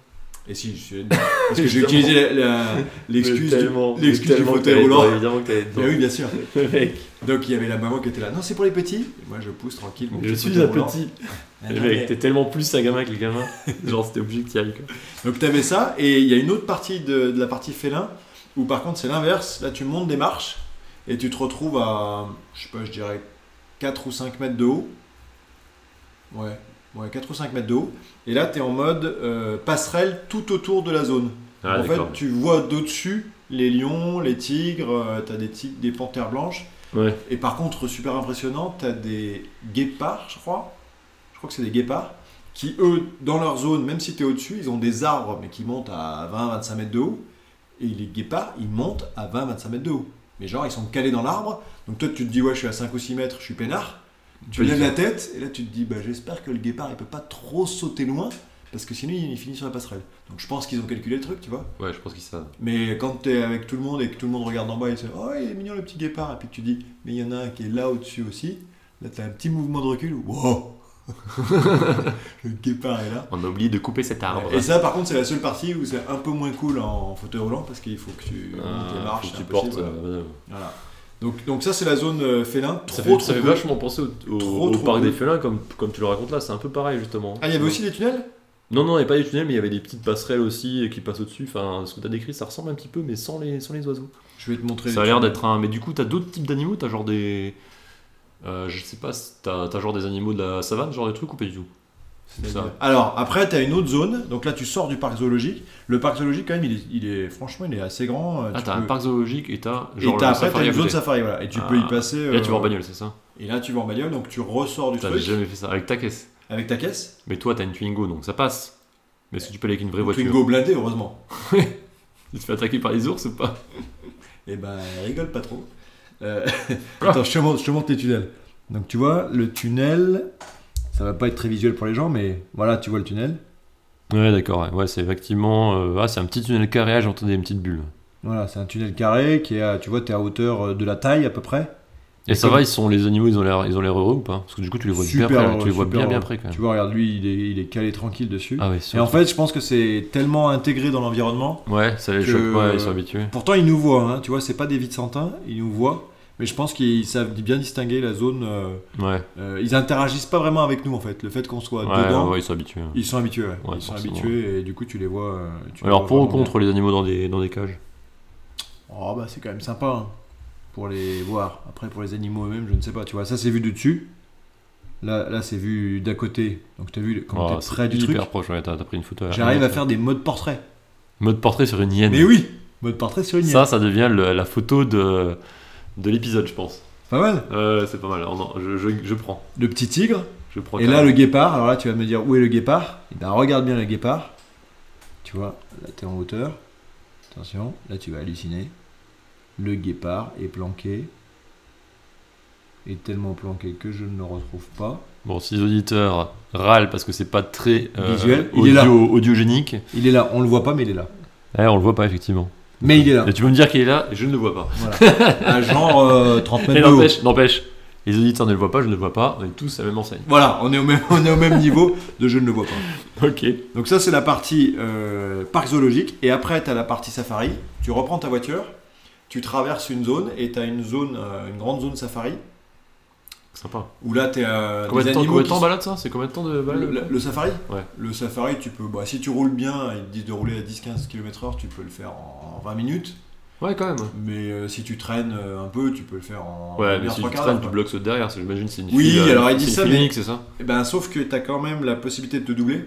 Et si, je suis... parce que j'ai utilisé la- la- l'excuse du- l'excuse du fauteuil roulant. Évidemment que t'allais Mais dedans. oui, bien sûr. Le mec, Donc il y avait la maman qui était là. Non, c'est pour les petits. Et moi, je pousse tranquille. mon Je petit suis fauteuil un roulant. petit. Ah, Le non, mec, mais- t'es tellement plus un gamin que le gamin. Genre, c'était obligé que t'y ailles, quoi. Donc t'avais ça, et il y a une autre partie de, de la partie félin, où par contre c'est l'inverse, là tu montes des marches, et tu te retrouves à, je sais pas, je dirais 4 ou 5 mètres de haut. Ouais, ouais 4 ou 5 mètres de haut, et là t'es en mode euh, passerelle tout autour de la zone. Ah, en fait d'accord. tu vois d'au-dessus les lions, les tigres, euh, t'as des tigres, des panthères blanches, Ouais. et par contre super impressionnant, t'as des guépards je crois, je crois que c'est des guépards, qui eux, dans leur zone, même si tu es au-dessus, ils ont des arbres, mais qui montent à 20-25 mètres de haut. Et les guépards, ils montent à 20-25 mètres de haut. Mais genre, ils sont calés dans l'arbre. Donc toi, tu te dis, ouais, je suis à 5 ou 6 mètres, je suis peinard. Tu Pas du lèves la tête, et là, tu te dis, bah, j'espère que le guépard, il peut pas trop sauter loin, parce que sinon, il finit sur la passerelle. Donc je pense qu'ils ont calculé le truc, tu vois. Ouais, je pense qu'ils savent. Mais quand tu es avec tout le monde et que tout le monde regarde en bas, il se dit, oh, il est mignon le petit guépard. Et puis tu dis, mais il y en a un qui est là au-dessus aussi. Là, tu as un petit mouvement de recul. Wow Le guépard est là. On a oublié de couper cet arbre. Et ça, par contre, c'est la seule partie où c'est un peu moins cool en fauteuil roulant parce qu'il faut que tu Ah, montes les faut marches, que c'est tu impossible, portes. voilà. euh, ouais. Voilà. Donc, donc ça, c'est la zone euh, félin. Trop, Ça fait, trop ça fait cool. vachement penser au, au- Trop, au trop parc cool. des félins, comme, comme tu le racontes là, c'est un peu pareil justement. Ah, il y avait aussi des tunnels Non, non, il n'y avait pas des tunnels, mais il y avait des petites passerelles aussi qui passent au-dessus. Enfin, ce que tu as décrit, ça ressemble un petit peu, mais sans les, sans les oiseaux. Je vais te montrer. Ça a les l'air tunnels. d'être un. Mais du coup, t'as d'autres types d'animaux T'as genre des. euh, je sais pas, t'as as genre des animaux de la savane, genre des trucs ou pas du tout Ah, C'est ça. bien. Alors, après, tu as une autre zone. Donc là, tu sors du parc zoologique. Le parc zoologique, quand même, il est, il est- franchement, il est assez grand. euh, Ah, tu t'as un peux- parc zoologique et t'as Et genre le t'as- après, t'as safari à une zone côté. safari, voilà. Et tu Ah. peux y passer. Et Là, tu vas en euh, bagnole, c'est ça Et là, tu vas en bagnole. Donc, tu ressors du T'avais truc jamais fait ça avec ta caisse. avec ta caisse. Mais toi, t'as une Twingo, donc ça passe. Mais est-ce que tu peux aller avec une vraie voiture Twingo blindé, heureusement. Tu te fais attaquer par les ours ou pas Et ben, rigole pas trop. Euh, Ah. Attends, je te, montre, je te montre les tunnels. Donc tu vois, le tunnel, ça va pas être très visuel pour les gens, mais voilà, tu vois le tunnel. Ouais, d'accord, ouais, Ouais, c'est effectivement. euh, ah, c'est un petit tunnel carré, j'ai entendu des petites bulles. Voilà, c'est un tunnel carré qui est, à- tu vois, t'es à hauteur euh, de la taille à peu près. Et ça comme- va, ils sont, les animaux, ils ont l'air ils ont l'air heureux ou pas Parce que du coup, tu les vois, bien, Super après, heureux, tu les vois super bien, bien heureux. près quand même. Tu vois, regarde, lui, il est, il est calé tranquille dessus. Ah, ouais, Et en fait, je pense que c'est tellement intégré dans l'environnement. Ouais, ça les que- choque pas, ils sont habitués. Pourtant, ils nous voient, hein, tu vois, c'est pas des Vicentins, ils nous voient. Mais je pense qu'ils savent bien distinguer la zone. euh, Ouais, euh, ils interagissent pas vraiment avec nous en fait. Le fait qu'on soit ouais, dedans, ouais, ouais, ils sont habitués. ouais. Ils sont habitués, ouais. Ouais, Ils sont forcément. habitués et du coup tu les vois. euh, tu les Alors vois pour ou vraiment contre les animaux dans des, dans des cages bien. Oh bah c'est quand même sympa hein, pour les voir. Après pour les animaux eux-mêmes, je ne sais pas. Tu vois, ça c'est vu du dessus. Là, là c'est vu d'à côté. Donc t'as vu quand Ah, t'es c'est près du truc. hyper proche, ouais, t'as t'as pris une photo. J'arrive à faire des modes portrait. Mode portrait sur une hyène. Mais oui, mode portrait sur une Mmh. Ça, hyène. ça devient le- la photo de, de l'épisode, je pense. Pas mal. Euh, c'est pas mal, Alors, non, je, je- je prends. Le petit tigre. Je prends Et là le guépard. Alors là tu vas me dire où est le guépard Et ben regarde bien le guépard. Tu vois, là t'es en hauteur. Attention, là tu vas halluciner. Le guépard est planqué. Est tellement planqué que je ne le retrouve pas. Bon, si les auditeurs râlent parce que c'est pas très euh, Visuel, audio, il est là. audiogénique, Il est là, on le voit pas, mais il est là. eh, on le voit pas effectivement. Mais il est là. Et tu peux me dire qu'il est là, et je ne le vois pas. À genre euh, 30 Et mètres de haut. n'empêche, n'empêche, les auditeurs ne le voient pas, je ne le vois pas, on est tous à la même enseigne. Voilà, on est, au même, on est au même niveau de je ne le vois pas. Ok. Donc ça, c'est la partie euh, parc zoologique. Et après, tu as la partie safari. Tu reprends ta voiture, tu traverses une zone et tu as une zone, euh, une grande zone safari Sympa. où là, tu as Combien de des temps, Euh, animaux combien de qui temps sont- balade ça C'est combien de temps de Le, balade le- le safari Ouais. Le safari, tu peux, bah, si tu roules bien, ils te disent de rouler à 10-15 km/h, tu peux le faire en 20 minutes. Ouais, quand même. Mais euh, si tu traînes euh, un peu, tu peux le faire en. Ouais, en mais heure, si tu trois quarts traînes, d'heure, tu quoi. bloques ceux de derrière. c'est- J'imagine c'est une Oui, fille, euh, alors il dit c'est une ça, fille mais- unique, c'est ça Eh ben, sauf que t'as quand même la possibilité de te doubler,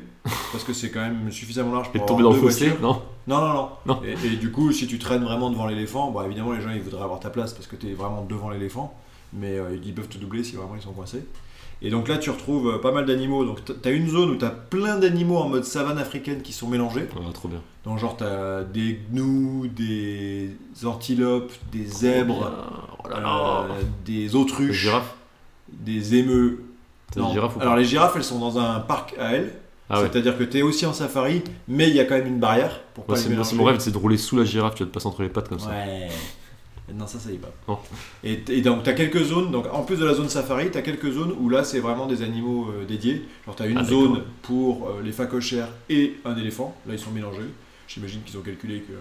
parce que c'est quand même suffisamment large Et pour. de avoir tomber dans le deux fossé, voitures. non Non, non, non. Non. Et, et du coup, si tu traînes vraiment devant l'éléphant, bah, évidemment, les gens ils voudraient avoir ta place parce que t'es vraiment devant l'éléphant, mais euh, ils peuvent te doubler si vraiment ils sont coincés. Et donc là, tu retrouves euh, pas mal d'animaux. Donc t- t'as une zone où t'as plein d'animaux en mode savane africaine qui sont mélangés. Ouais, Ah, Trop bien. Donc, genre, t'as des gnous, des antilopes, des zèbres, Oh là là. euh, des autruches, Les girafes des émeux. T'as Non. des girafes ou Alors pas les girafes, elles sont dans un parc à elles. Ah ouais. C'est-à-dire que tu es aussi en safari, mais il y a quand même une barrière pour pas Moi, les c'est moi, c'est mélanger. mon rêve, c'est de rouler sous la girafe, tu vas te passer entre les pattes comme ça. Ouais. Non, ça, ça y est pas. Non. Et, t- et donc, tu as quelques zones, donc en plus de la zone safari, tu as quelques zones où là, c'est vraiment des animaux euh, dédiés. Genre, tu as une Ah, d'accord. zone pour euh, les facochères et un éléphant. Là, ils sont mélangés. J'imagine qu'ils ont calculé que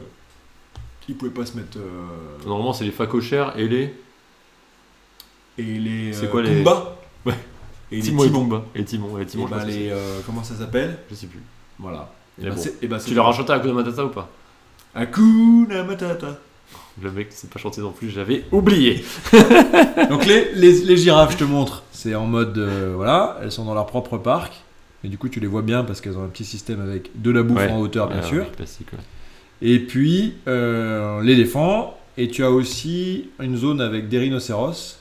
ils pouvaient pas se mettre. euh, Normalement, c'est les facochères et les. Et les. C'est euh, quoi les- Pumbaa. Ouais. Et les Timon et Timon. Pumba. Et Timon, ouais, Timon, je Et ben, pense que les, euh, comment ça s'appelle c'est- je sais plus. Voilà. Et Mais ben, bon. c'est- et ben, c'est- Tu l'as rachanté à Hakuna Matata ou pas Hakuna Matata. Le mec c'est pas chanté non plus, j'avais oublié. Donc les, les, les girafes, je te montre, c'est en mode, euh, voilà, elles sont dans leur propre parc. Et du coup, tu les vois bien parce qu'elles ont un petit système avec de la bouffe Ouais. en hauteur, bien Ouais, sûr. ouais, Ah, classique, ouais. Et puis, euh, l'éléphant. Et tu as aussi une zone avec des rhinocéros.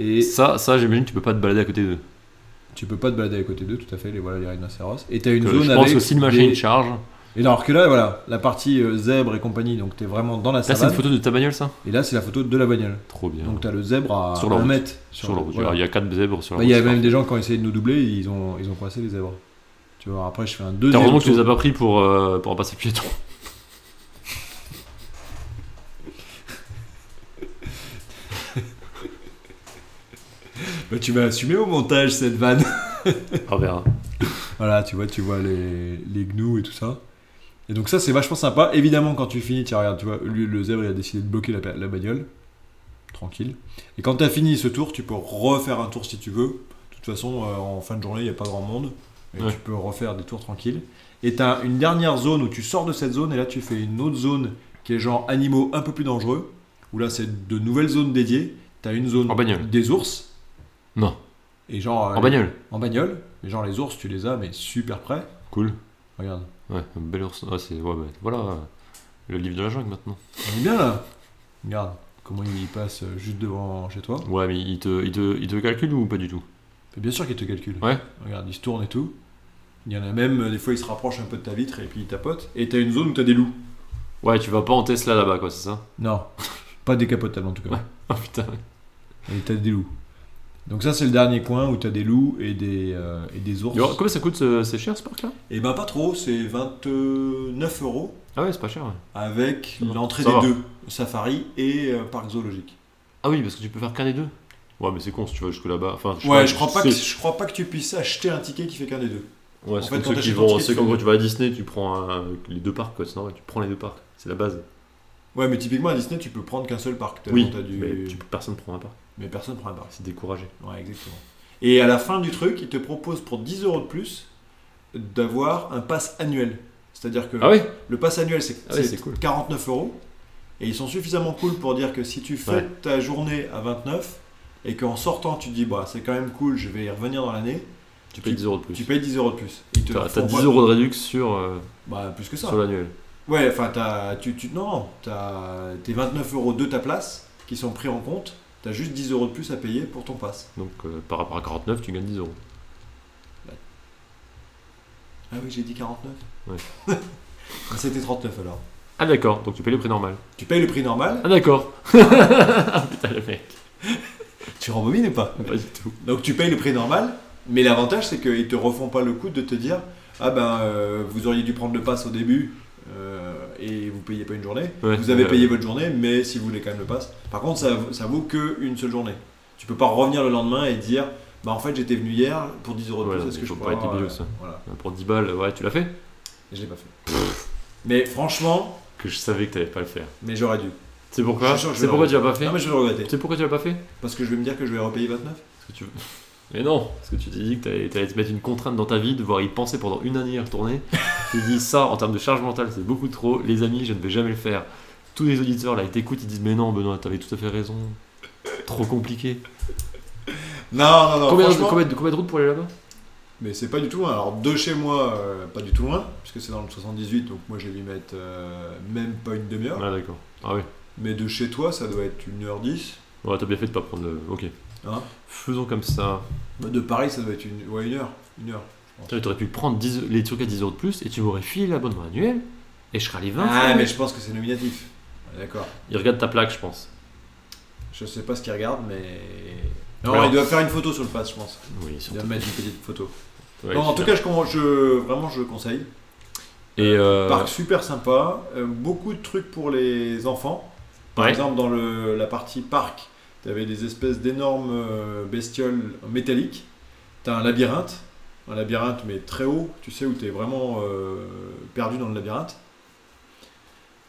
Et Et ça, ça j'imagine, tu peux pas te balader à côté d'eux. tu peux pas te balader à côté d'eux, tout à fait, les voilà les rhinocéros. Et tu as une Que zone Je avec. pense que si le machin des- il charge. Et alors que là, voilà, la partie euh, zèbre et compagnie, donc tu es vraiment dans la Là, c'est savane. une photo de ta bagnole, ça Et là, c'est la photo de la bagnole. Trop bien. Donc tu as le zèbre à Sur la 1 route. mètre. sur le route. voilà. Il y a 4 zèbres sur la Bah, Il y a route, même c'est des gens qui ont essayé de nous doubler, ils ont, ils ont coincé les zèbres. Tu vois, après je fais un parfait. deuxième. Heureusement que tu tour. les as pas pris pour, euh, pour un passage piéton. Bah, tu vas assumer au montage cette vanne. On verra. voilà, tu vois, tu vois les, les gnous et tout ça. Et donc ça c'est vachement sympa. Évidemment quand tu finis, tiens regarde, tu vois, lui, le zèbre il a décidé de bloquer la, la bagnole. Tranquille. Et quand tu as fini ce tour, tu peux refaire un tour si tu veux. De toute façon, euh, en fin de journée, il n'y a pas grand monde. Et Ouais. tu peux refaire des tours tranquilles. Et tu as une dernière zone où tu sors de cette zone et là tu fais une autre zone qui est genre animaux un peu plus dangereux. Où là c'est de nouvelles zones dédiées. Tu as une zone En bagnole. des ours. Non. Et genre, euh, En bagnole. en bagnole. Mais genre les ours, tu les as, mais super près. Cool. Regarde. Ouais, un bel ours. Ah, c'est... Ouais, bah, voilà. euh, Le livre de la jungle maintenant. On est bien là. Regarde comment il passe euh, juste devant chez toi. Ouais, mais il te, il te, il te calcule ou pas du tout Mais bien sûr qu'il te calcule. Ouais. Regarde, il se tourne et tout. Il y en a même, euh, des fois, il se rapproche un peu de ta vitre et puis il tapote. Et t'as une zone où t'as des loups. Ouais, tu vas pas en Tesla là-bas, quoi, c'est ça Non, pas décapotable en tout cas. Ah putain. Et t'as des loups. Donc ça, c'est le dernier coin où t'as des loups et des, euh, et des ours. Et alors, combien ça coûte ce- C'est cher ce parc là Et ben pas trop, c'est 29 euros Ah ouais, c'est pas cher. ouais. avec va. l'entrée Ça des va. deux, safari et euh, parc zoologique. Ah oui, parce que tu peux faire qu'un des deux. Ouais, mais c'est con si tu vas jusque là-bas. Enfin, Ouais, je crois, pas que, c'est- je crois pas que tu puisses acheter un ticket qui fait qu'un des deux. Ouais, en c'est fait, comme quand ceux t'achètes qui ton vont. ticket, C'est tu comme fais quand deux. tu vas à Disney, tu prends un- les deux parcs, quoi, c'est normal, tu prends les deux parcs. C'est la base. Ouais, mais typiquement à Disney, tu peux prendre qu'un seul parc. tellement Oui, t'as du- mais tu, personne prend un parc. mais personne prend un parc. C'est découragé. Ouais, exactement. Et à la fin du truc, ils te proposent pour 10 euros de plus d'avoir un pass annuel. C'est-à-dire que Ah ouais le pass annuel, c'est Ah ouais, c'est c'est cool. 49 euros. Et ils sont suffisamment cool pour dire que si tu fais Ouais. ta journée à 29 et qu'en sortant, tu te dis, bah, c'est quand même cool, je vais y revenir dans l'année, Tu payes 10 euros de plus. tu payes 10 euros de plus. Ils te T'as font t'as 10 pas- euros de réduction sur, euh, Bah, plus que ça. sur l'annuel. Ouais, enfin, t'as- tu, tu, non, non, t'as tes 29 euros de ta place qui sont pris en compte. T'as juste 10 euros de plus à payer pour ton pass. Donc euh, par rapport à 49, tu gagnes 10 euros. Ah oui, j'ai dit 49 Ouais. Ah, C'était 39 alors. Ah d'accord, donc tu payes le prix normal. Tu payes le prix normal, Ah d'accord Putain, le mec. tu rembobines ou pas Pas du tout. Donc tu payes le prix normal, mais l'avantage c'est qu'ils te refont pas le coup de te dire Ah ben euh, vous auriez dû prendre le pass au début euh, et vous payez pas une journée. Ouais, vous avez euh, payé votre journée, mais si vous voulez quand même le pass. Par contre, ça, ça vaut qu'une seule journée. Tu peux pas revenir le lendemain et dire Bah en fait j'étais venu hier pour 10 euros de Voilà, plus, est-ce mais que je faut peux pas être avoir, débile, euh, ça. Voilà, Pour 10 balles, ouais, tu l'as fait Et je l'ai pas fait. mais franchement, Que je savais que t'allais pas le faire. mais j'aurais dû. C'est Je pourquoi suis sûr que je C'est vais pourquoi le tu l'as pas fait Non mais je vais le regretter. Tu sais pourquoi tu l'as pas fait Parce que je vais me dire que je vais repayer 29 Parce que tu Mais non, parce que tu t'es dit que t'allais, t'allais te mettre une contrainte dans ta vie, devoir y penser pendant une année à y retourner. tu te dis ça en termes de charge mentale, c'est beaucoup trop. Les amis, je ne vais jamais le faire. tous les auditeurs là, ils t'écoutent, ils disent mais non Benoît, t'avais tout à fait raison. Trop compliqué. Non, non, non. combien, de, Ah, franchement- combien de- combien de routes pour aller là-bas Mais c'est pas du tout loin. Alors, de chez moi, euh, pas du tout loin, puisque c'est dans le 78, donc moi j'ai dû mettre euh, même pas une demi-heure. Ah d'accord. Ah oui. Mais de chez toi, ça doit être 1h10. Ouais, t'as bien fait de pas prendre le. Ok. Hein Faisons comme ça. Bah, de Paris, ça doit être une, ouais, une heure. Une heure. Putain, T'aurais pu prendre 10 les trucs à 10 euros de plus et tu m'aurais filé l'abonnement annuel et je serais allé 20 Ah, fois. mais je pense que c'est nominatif. Ah, D'accord. Il regarde ta plaque, je pense. Je sais pas ce qu'ils regardent, mais. Non, Alors- ils doivent faire une photo sur le pass, je pense. Oui, Ils doivent surtout. mettre une petite photo. Ouais, non, en tout super. cas, je, con- je- vraiment, je conseille. Et euh, Parc super sympa, euh, beaucoup de trucs pour les enfants. Par Ouais. exemple, dans le, la partie parc, tu avais des espèces d'énormes euh, bestioles métalliques. Tu as un labyrinthe, un labyrinthe mais très haut, tu sais, où tu es vraiment euh, perdu dans le labyrinthe.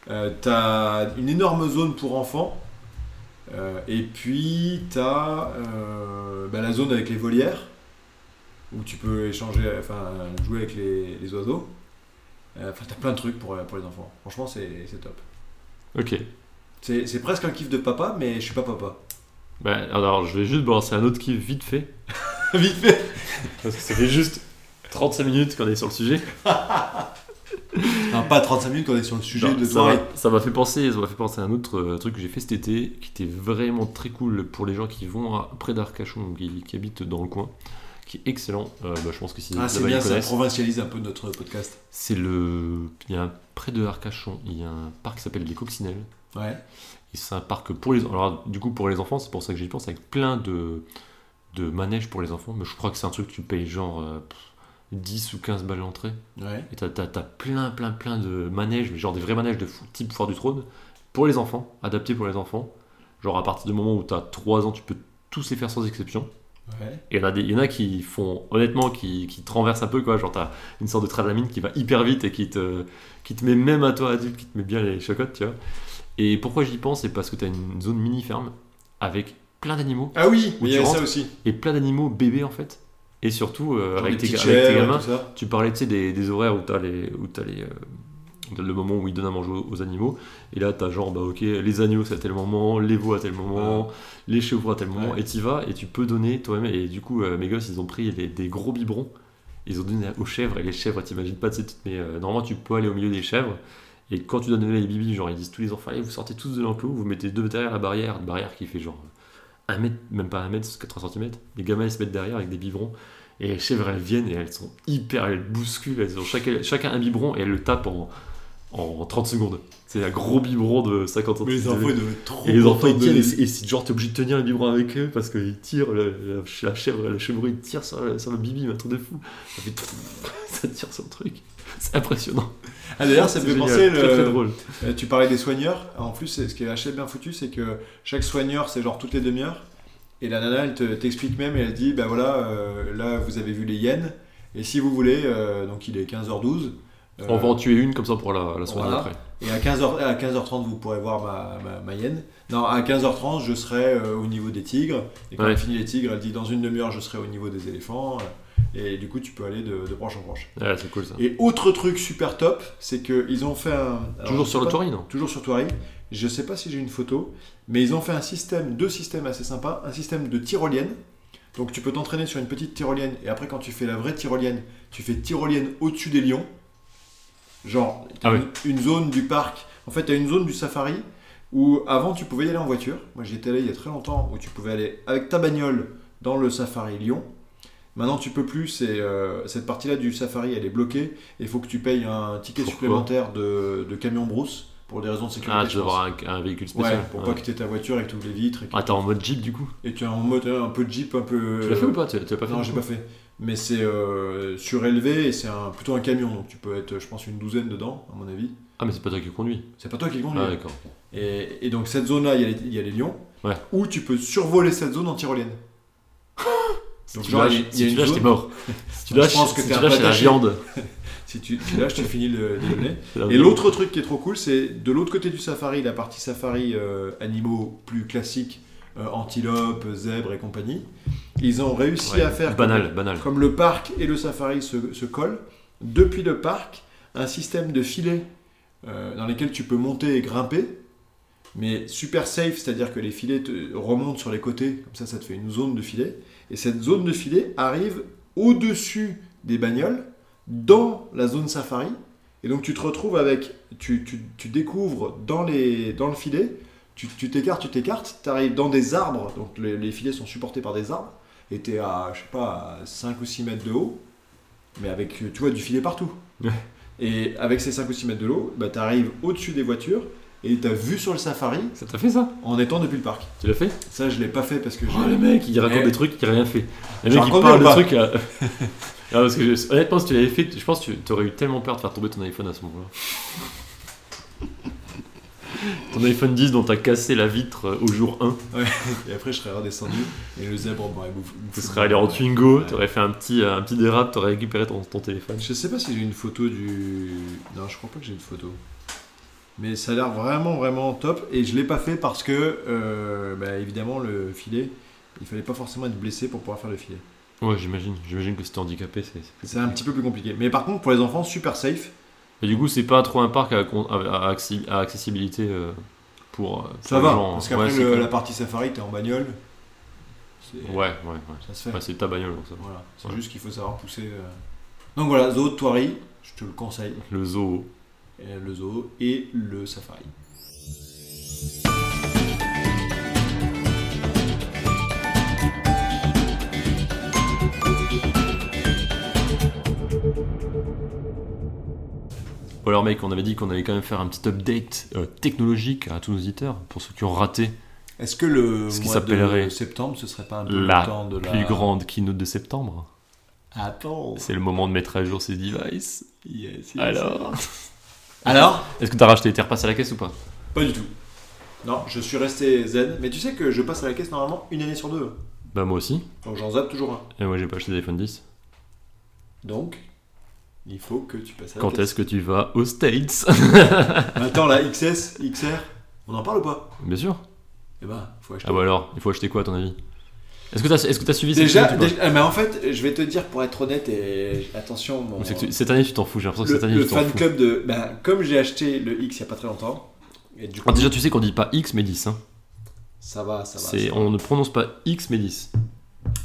tu as une énorme zone pour enfants. Euh, et puis, tu as la zone avec les volières, où tu peux échanger, enfin, jouer avec les, les oiseaux. Euh, Enfin, t'as plein de trucs pour, euh, pour les enfants. Franchement, c'est c'est top. ok. C'est c'est presque un kiff de papa, mais je suis pas papa. Bah, alors, je vais juste balancer un autre kiff vite fait. Vite fait Parce que ça fait juste 35 minutes qu'on est sur le sujet. Non, pas 35 minutes quand on est sur le sujet Non, de ça m'a- toi. ça m'a fait penser, ça m'a fait penser à un autre euh, truc que j'ai fait cet été, qui était vraiment très cool pour les gens qui vont à- près d'Arcachon ou qui, qui habitent dans le coin, qui est excellent. Euh, bah, je pense que si Ah, c'est là-bas, ils bien, ça connaissent. provincialise un peu notre podcast. C'est le, il y a un- près de Arcachon, il y a un parc qui s'appelle les Coccinelles. Ouais. Et c'est un parc pour les, alors du coup pour les enfants, c'est pour ça que j'y pense, avec plein de de manèges pour les enfants. Mais je crois que c'est un truc que tu payes genre euh, pff, 10 ou 15 balles l'entrée. Ouais. Et t'as, t'as- t'as plein, plein, plein de manèges, mais genre des vrais manèges de fou- type Foire du Trône, pour les enfants, adaptés pour les enfants. Genre à partir du moment où t'as 3 ans, tu peux tous les faire sans exception. Ouais. Et il y, en a des- il y en a qui font, honnêtement, qui, qui te renversent un peu, quoi. Genre t'as une sorte de tradamine qui va hyper vite et qui te, qui te met même à toi adulte, qui te met bien les chocottes, tu vois. Et pourquoi j'y pense, c'est parce que t'as une zone mini-ferme avec plein d'animaux, Ah oui, Où mais il y tu avait ça rentres, aussi. et plein d'animaux bébés en fait. Et surtout euh, Genre avec, des tes, petites avec tes chaises, gamins, tout ça. tu parlais tu sais, des, des horaires où t'as les, où t'as les, euh, où t'as le moment où ils donnent à manger aux, aux animaux. Et là, t'as genre, bah ok, les agneaux c'est à tel moment, les veaux à tel moment, les chevaux à tel moment. Ouais. Et t'y vas et tu peux donner toi-même. Et du coup, euh, mes gosses, ils ont pris les- des gros biberons. Ils ont donné aux chèvres. Et les chèvres, t'imagines pas, tu sais, tu te mets, euh, normalement, tu peux aller au milieu des chèvres. Et quand tu donnes les bibis, genre, ils disent tous les enfants, allez, vous sortez tous de l'enclos, vous mettez deux derrière la barrière, une barrière qui fait genre un mètre, même pas un mètre, 80 cm. Les gamins, ils se mettent derrière avec des biberons. Et les chèvres, elles viennent et elles sont hyper, elles bousculent. Elles ont chacun, chacun un biberon et elles le tapent en, en 30 secondes. C'est un gros biberon de 50 cm. Mais les enfants, ils devaient être trop. Et les enfants ils contents tiennent, de- et, c'est- et c'est genre t'es obligé de tenir le biberon avec eux parce qu'ils tirent, le- la, ch- la chèvre, la chèvre il tire sur, le- sur le bibi, mais un truc de fou. Ça fait ça tire sur le truc. C'est impressionnant. Ah, d'ailleurs, ça me fait C'est penser. génial, Très le- très drôle. Euh, Tu parlais des soigneurs. En plus, c'est- ce qui est assez bien foutu, c'est que chaque soigneur, c'est genre toutes les demi-heures. Et la nana, elle te- t'explique même et elle dit bah voilà, euh, là, vous avez vu les hyènes. Et si vous voulez, euh, donc il est 15h12. euh, On va en tuer une comme ça pour la, la semaine voilà. d'après. Et à 15h, à 15h30, vous pourrez voir ma, ma, ma hyène. Non, à 15h30, je serai euh, au niveau des tigres. Et quand Ouais. elle finit les tigres, elle dit dans une demi-heure, je serai au niveau des éléphants. Euh, Et du coup, tu peux aller de, de branche en branche. Ouais, c'est cool ça. Et autre truc super top, c'est qu'ils ont fait un. alors, Toujours je sur sais le Euh, pas- Tory, non toujours sur Touareg. Je sais pas si j'ai une photo, mais ils ont fait un système, deux systèmes assez sympas. Un système de tyrolienne. Donc tu peux t'entraîner sur une petite tyrolienne et après quand tu fais la vraie tyrolienne, tu fais tyrolienne au-dessus des lions. Genre t'as Ah une, une zone du parc. En fait, tu as une zone du safari où avant tu pouvais y aller en voiture. Moi j'y étais allé il y a très longtemps où tu pouvais aller avec ta bagnole dans le safari Lyon. Maintenant tu peux plus, c'est, euh, cette partie-là du safari elle est bloquée et il faut que tu payes un ticket Pourquoi supplémentaire de, de camion brousse pour des raisons de sécurité. Ah, tu je dois pense. avoir un, un véhicule Ouais, spécial. Ah. pour Ouais. pas quitter ta voiture et que tu ouvres les vitres et, que- Ah, t'es en mode Jeep du coup et tu es en mode euh, un peu Jeep, un peu. Tu l'as fait ou pas Tu tu l'as pas fait Euh, Non, du j'ai coup pas fait. Mais c'est euh, surélevé et c'est un, plutôt un camion, donc tu peux être, je pense, une douzaine dedans, à mon avis. Ah, mais c'est pas toi qui conduis. C'est pas toi qui le conduis. Ah, d'accord. Et, et donc cette zone-là, il y a les- il y, a les lions. Ouais. Où tu peux survoler cette zone en tyrolienne. Si Donc, tu genre, il y lâches, a- il y a si tu une lâches, zone- t'es mort. Si tu Je lâches, pense que si t'es tu un lâches, c'est la pataché. viande. Si tu, tu lâches, tu finis le déjeuner. C'est la Et viande. l'autre truc qui est trop cool, c'est de l'autre côté du safari, la partie safari euh, animaux plus classiques, euh, antilope, zèbre et compagnie. Ils ont réussi Ouais, à faire Banal, banal. comme le parc et le safari se, se collent, depuis le parc, un système de filets euh, dans lesquels tu peux monter et grimper. mais super safe, c'est-à-dire que les filets te remontent sur les côtés, comme ça, ça te fait une zone de filet. Et cette zone de filet arrive au-dessus des bagnoles, dans la zone safari. Et donc, tu te retrouves avec. Tu, tu- tu découvres dans, les, dans le filet, tu tu t'écartes, tu t'écartes, tu arrives dans des arbres, donc les, les filets sont supportés par des arbres, et t'es à, je sais pas, à 5 ou 6 mètres de haut, mais avec, tu vois, du filet partout. Ouais. Et avec ces 5 ou 6 mètres de l'eau, bah, tu arrives au-dessus des voitures et tu as vu sur le safari Ça t'a fait ça en étant depuis le parc. Tu l'as fait Ça, je l'ai pas fait parce que j'ai. Oh, le mec, il raconte Ouais. des trucs qu'il a rien fait. Le Je mec, il raconte parle bien de ou pas trucs. euh, Ah, parce que je- Honnêtement, si tu l'avais fait, je pense que tu aurais eu tellement peur de faire tomber ton iPhone à ce moment-là. ton iPhone 10 dont t'as cassé la vitre euh, au jour 1, Et après, je serais redescendu et le zèbre m'aurait bouffé. tu serais allé en Twingo, Ouais. t'aurais fait un petit, euh, un petit dérap, t'aurais récupéré ton, ton téléphone. Je sais pas si j'ai une photo du. Non, je crois pas que j'ai une photo. Mais ça a l'air vraiment, vraiment top. Et je l'ai pas fait parce que, euh, bah, évidemment, le filet, il fallait pas forcément être blessé pour pouvoir faire le filet. Ouais, j'imagine. J'imagine que si t'es handicapé, c'est. c'est plus C'est un compliqué. petit peu plus compliqué. Mais par contre, pour les enfants, super safe. Et du coup, c'est pas trop un parc à, con- à- à acci- à accessibilité euh, pour. euh, Ça pour les va. gens. Parce qu'après, ouais, le- c'est la partie safari, t'es en bagnole. C'est- cool. Ouais, ouais, ouais. Ça se fait. Ouais, c'est ta bagnole, donc ça. va. Voilà. C'est Ouais. juste qu'il faut savoir pousser. euh. Donc voilà, Zoo de Toiri, je te le conseille. Le zoo. Et le zoo et le safari. Bon alors mec, on avait dit qu'on allait quand même faire un petit update euh, technologique à tous nos auditeurs, pour ceux qui ont raté Est-ce que le Ce qui mois de s'appellerait septembre, ce serait pas un peu la le temps de la plus grande keynote de septembre. Attends. C'est le moment de mettre à jour ces devices. Yes, yes. Alors Alors Est-ce que t'as racheté tes repassé à la caisse ou pas Pas du tout. Non, je suis resté zen. Mais tu sais que je passe à la caisse normalement une année sur deux. Bah moi aussi. Donc j'en zappe toujours un. Et moi j'ai pas acheté d'iPhone 10. Donc, il faut que tu passes à la Quand caisse. est-ce que tu vas aux States Attends, la XS, XR, on en parle ou pas Bien sûr. Eh ben, faut acheter. Ah bah alors, il faut acheter quoi à ton avis Est-ce que t'as est-ce que t'as suivi cette Déjà, keynote ou pas déjà- ah, mais en fait, je vais te dire pour être honnête et attention, mon, Ou c'est que tu- cette année tu t'en fous, j'ai l'impression que le, cette année le tu t'en fan fous. club de. Ben, comme j'ai acheté le X il n'y a pas très longtemps, et du coup, Ah, déjà tu sais qu'on dit pas X mais 10. Hein. ça va, ça va. C'est- ça va. on ne prononce pas X mais 10.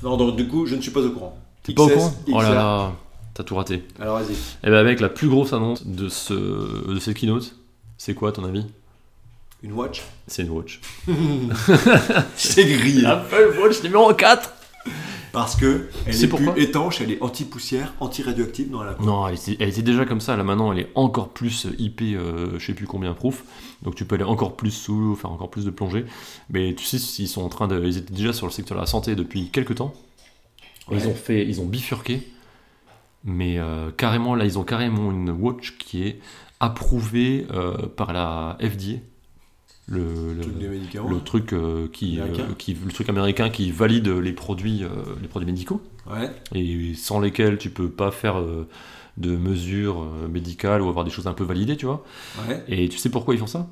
Non, donc du coup, je ne suis pas au courant. T'es pas au XS, courant Oh là XR. là, t'as tout raté. Alors vas-y. Et bien avec la plus grosse annonce de, ce, de cette keynote, c'est quoi à ton avis Une watch C'est une watch. C'est grillé. Apple Watch numéro 4 Ah. Parce que elle C'est est pourquoi plus étanche, elle est anti-poussière, anti-radioactive dans la peau. Non, elle était, elle était déjà comme ça, là maintenant elle est encore plus IP, euh, je sais plus combien proof, donc tu peux aller encore plus sous l'eau, faire encore plus de plongée, mais tu sais, ils sont en train de... Ils étaient déjà sur le secteur de la santé depuis quelques temps, ils Ouais. ont fait, ils ont bifurqué, mais euh, carrément là ils ont carrément une watch qui est approuvée euh, par la FDA, le, le- Le truc des médicaments. le truc euh, qui, Américain. euh, qui- le truc américain qui valide les produits euh, les produits médicaux Ouais. et sans lesquels tu peux pas faire euh, de mesures euh, médicales ou avoir des choses un peu validées tu vois Ouais. et tu sais pourquoi ils font ça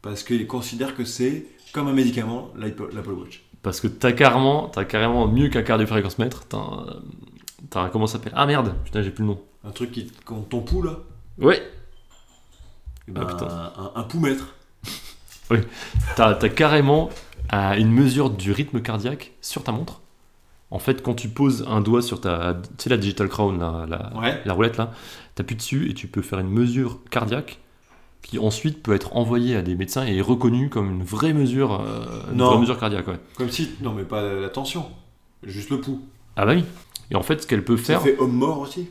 Parce qu'ils considèrent que c'est comme un médicament, l'Apple l'Apple Watch. parce que t'as carrément t'as carrément mieux qu'un cardiofréquencemètre t'as un- t'as un- comment ça s'appelle ah merde putain j'ai plus le nom Un truc qui compte ton pouls là. ouais eh ben, Ah, putain. un, un poumètre. t'as t'as carrément euh, une mesure du rythme cardiaque sur ta montre en fait quand tu poses un doigt sur ta tu sais la digital crown là, la, Ouais. la roulette là, t'appuies dessus et tu peux faire une mesure cardiaque qui ensuite peut être envoyée à des médecins et est reconnue comme une vraie mesure, euh, une Non. vraie mesure cardiaque. ouais. Comme si. Non, mais pas la tension. Juste le pouls. Ah bah oui. Et en fait, ce qu'elle peut Ça faire, fait homme mort aussi.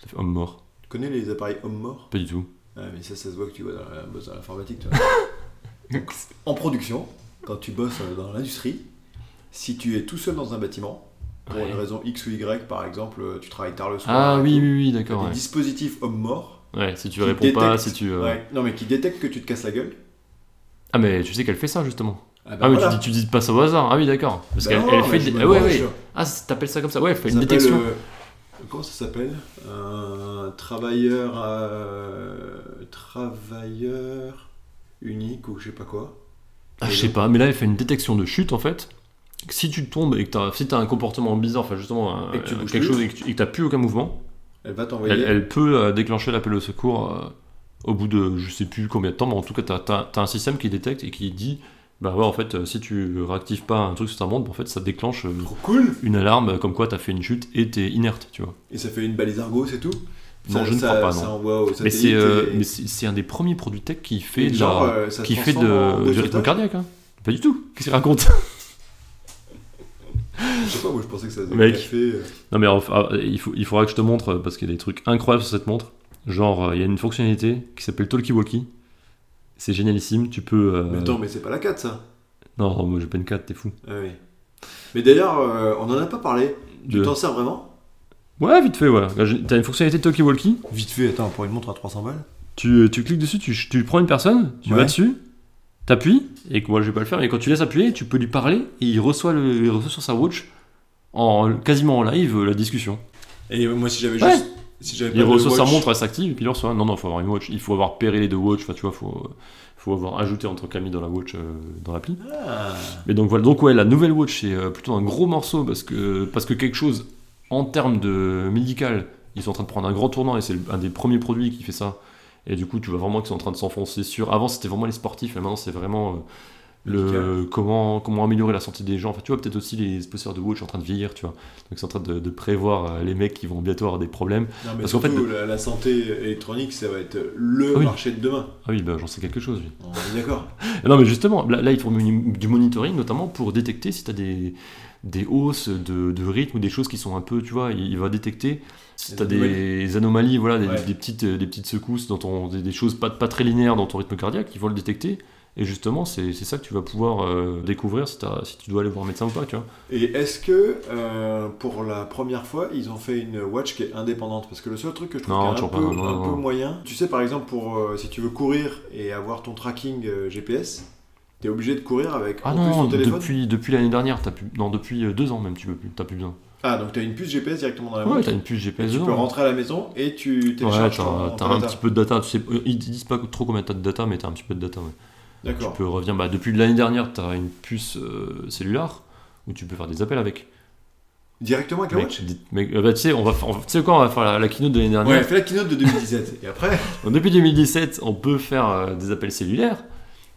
ça fait homme mort, Tu connais les appareils homme mort pas du tout. Ouais, mais ça, ça se voit que tu vois dans la- bosses dans l'informatique, toi. Donc, en production, quand tu bosses euh, dans l'industrie, si tu es tout seul dans un bâtiment, pour Ouais. une raison X ou Y, par exemple, euh, tu travailles tard le soir. Ah et oui, tout, oui, oui, t'as d'accord. Des Ouais. dispositifs hommes morts. Ouais, si tu qui réponds pas, détectent- si tu. euh, ouais, Non, mais qui détectent que tu te casses la gueule. Ah mais tu sais qu'elle fait ça justement. Ah, Ben ah mais tu dis, tu dis pas ça au hasard. Ah oui, d'accord. Bah Parce qu'elle elle fait. des- ah, ouais, ouais. Ah, c'est- t'appelles ça comme ça. Ouais, elle fait une détection. euh, Comment ça s'appelle Un travailleur. euh, Travailleur unique ou je sais pas quoi. Ah, je sais pas, mais là elle fait une détection de chute en fait. Si tu tombes et que t'as, si t'as un comportement bizarre, enfin justement un- Et que tu bouges quelque plus. chose et que tu- et que t'as plus aucun mouvement, Elle va Elle, t'envoyer. elle peut euh, déclencher l'appel au secours euh, au bout de je sais plus combien de temps, mais en tout cas, tu as, un système qui détecte et qui dit bah ouais, en fait, euh, si tu réactives pas un truc sur ta montre, en fait, ça déclenche euh, Trop cool une alarme euh, comme quoi tu as fait une chute et t'es inerte, tu vois. Et ça fait une balise argot, c'est tout Non, Ça- je ne ça- crois pas, Ça non. envoie au Mais satellite c'est euh, et- mais c'est- c'est un des premiers produits tech qui fait et de genre, la- euh, ça se qui fait de, transforme en du deux rythme sautages. cardiaque. hein. Pas du tout. Qu'est-ce qu'il raconte Je sais pas, moi je pensais que ça faisait Mec. café. euh, Non mais enfin, il, faut- il faudra que je te montre euh, parce qu'il y a des trucs incroyables sur cette montre. Genre, euh, il y a une fonctionnalité qui s'appelle Talkie-Walkie. C'est génialissime. Tu peux. euh, Mais attends, mais c'est pas la 4 ça Non, moi j'ai pas une 4, t'es fou. Ah oui. Mais d'ailleurs, euh, on en a pas parlé. Tu De- t'en sers vraiment Ouais, vite fait, ouais. Là, j'ai- T'as une fonctionnalité Talkie-Walkie. Vite fait, attends, pour une montre à 300 balles Tu, euh, tu cliques dessus, tu, tu prends une personne, tu Ouais. vas dessus, t'appuies. Et que- moi je vais pas le faire, mais quand tu laisses appuyer, tu peux lui parler et il reçoit, le, il reçoit sur sa watch. En, quasiment en live euh, la discussion. Et moi si j'avais Ouais. juste. Si j'avais Il pas de reçoit sa watch- montre, elle s'active et puis il reçoit. Non, non, faut avoir une watch. Il faut avoir pairé les deux watches. Enfin, tu vois, faut, faut avoir ajouté en tant qu'ami dans la watch, euh, dans l'appli. Ah. Mais donc voilà. Donc ouais, la nouvelle watch c'est euh, plutôt un gros morceau parce que parce que quelque chose en termes de médical, ils sont en train de prendre un grand tournant et c'est un des premiers produits qui fait ça. Et du coup, tu vois vraiment qu'ils sont en train de s'enfoncer sur. Avant, c'était vraiment les sportifs, et maintenant, c'est vraiment euh, le Médical. comment comment améliorer la santé des gens. Enfin, tu vois, peut-être aussi les possesseurs de watch en train de vieillir, tu vois. Donc, ils sont en train de, de prévoir euh, les mecs qui vont bientôt avoir des problèmes. Non, mais Parce qu'en fait, surtout, la, la santé électronique, ça va être le Ah oui. marché de demain. Ah oui, bah, j'en sais quelque chose. lui. On est d'accord Non, mais justement, là, là, ils font du du monitoring, notamment pour détecter si tu as des, des hausses de, de rythme ou des choses qui sont un peu, tu vois, il, il va détecter si Des tu as des anomalies, voilà, des, Ouais. des petites, des petites secousses, dans ton, des, des choses pas, pas très linéaires dans ton rythme cardiaque, ils vont le détecter. Et justement, c'est c'est ça que tu vas pouvoir euh, découvrir si, t'as- si tu dois aller voir un médecin ou pas, tu vois. Et est-ce que euh, pour la première fois, ils ont fait une watch qui est indépendante Parce que le seul truc que je trouve Non, qui est un, toujours peu, pas, non, un non, peu non. moyen, tu sais par exemple pour euh, si tu veux courir et avoir ton tracking euh, GPS, t'es obligé de courir avec Ah en plus non, ton téléphone. depuis, depuis l'année dernière, t'as plus, non, depuis euh, deux ans même, tu peux plus, t'as plus besoin. Ah donc t'as une puce GPS directement dans la Ah Ouais, montre. t'as une puce GPS Tu dedans. peux rentrer à la maison et tu Ouais, télécharges ton, t'as ton t'as un data. petit peu de data, tu sais, euh, ils disent pas trop combien t'as de data, mais t'as un petit peu de data, ouais. Tu D'accord. peux revenir. Bah, depuis l'année dernière, tu as une puce euh, cellulaire où tu peux faire des appels avec. Directement avec la Mec, watch dit- mec, euh, bah, tu sais, on va, fa- on va- tu sais quoi, on va faire la, la keynote de l'année Ouais, dernière. fais la keynote de 2017. et après, Donc, depuis 2017, on peut faire euh, des appels cellulaires.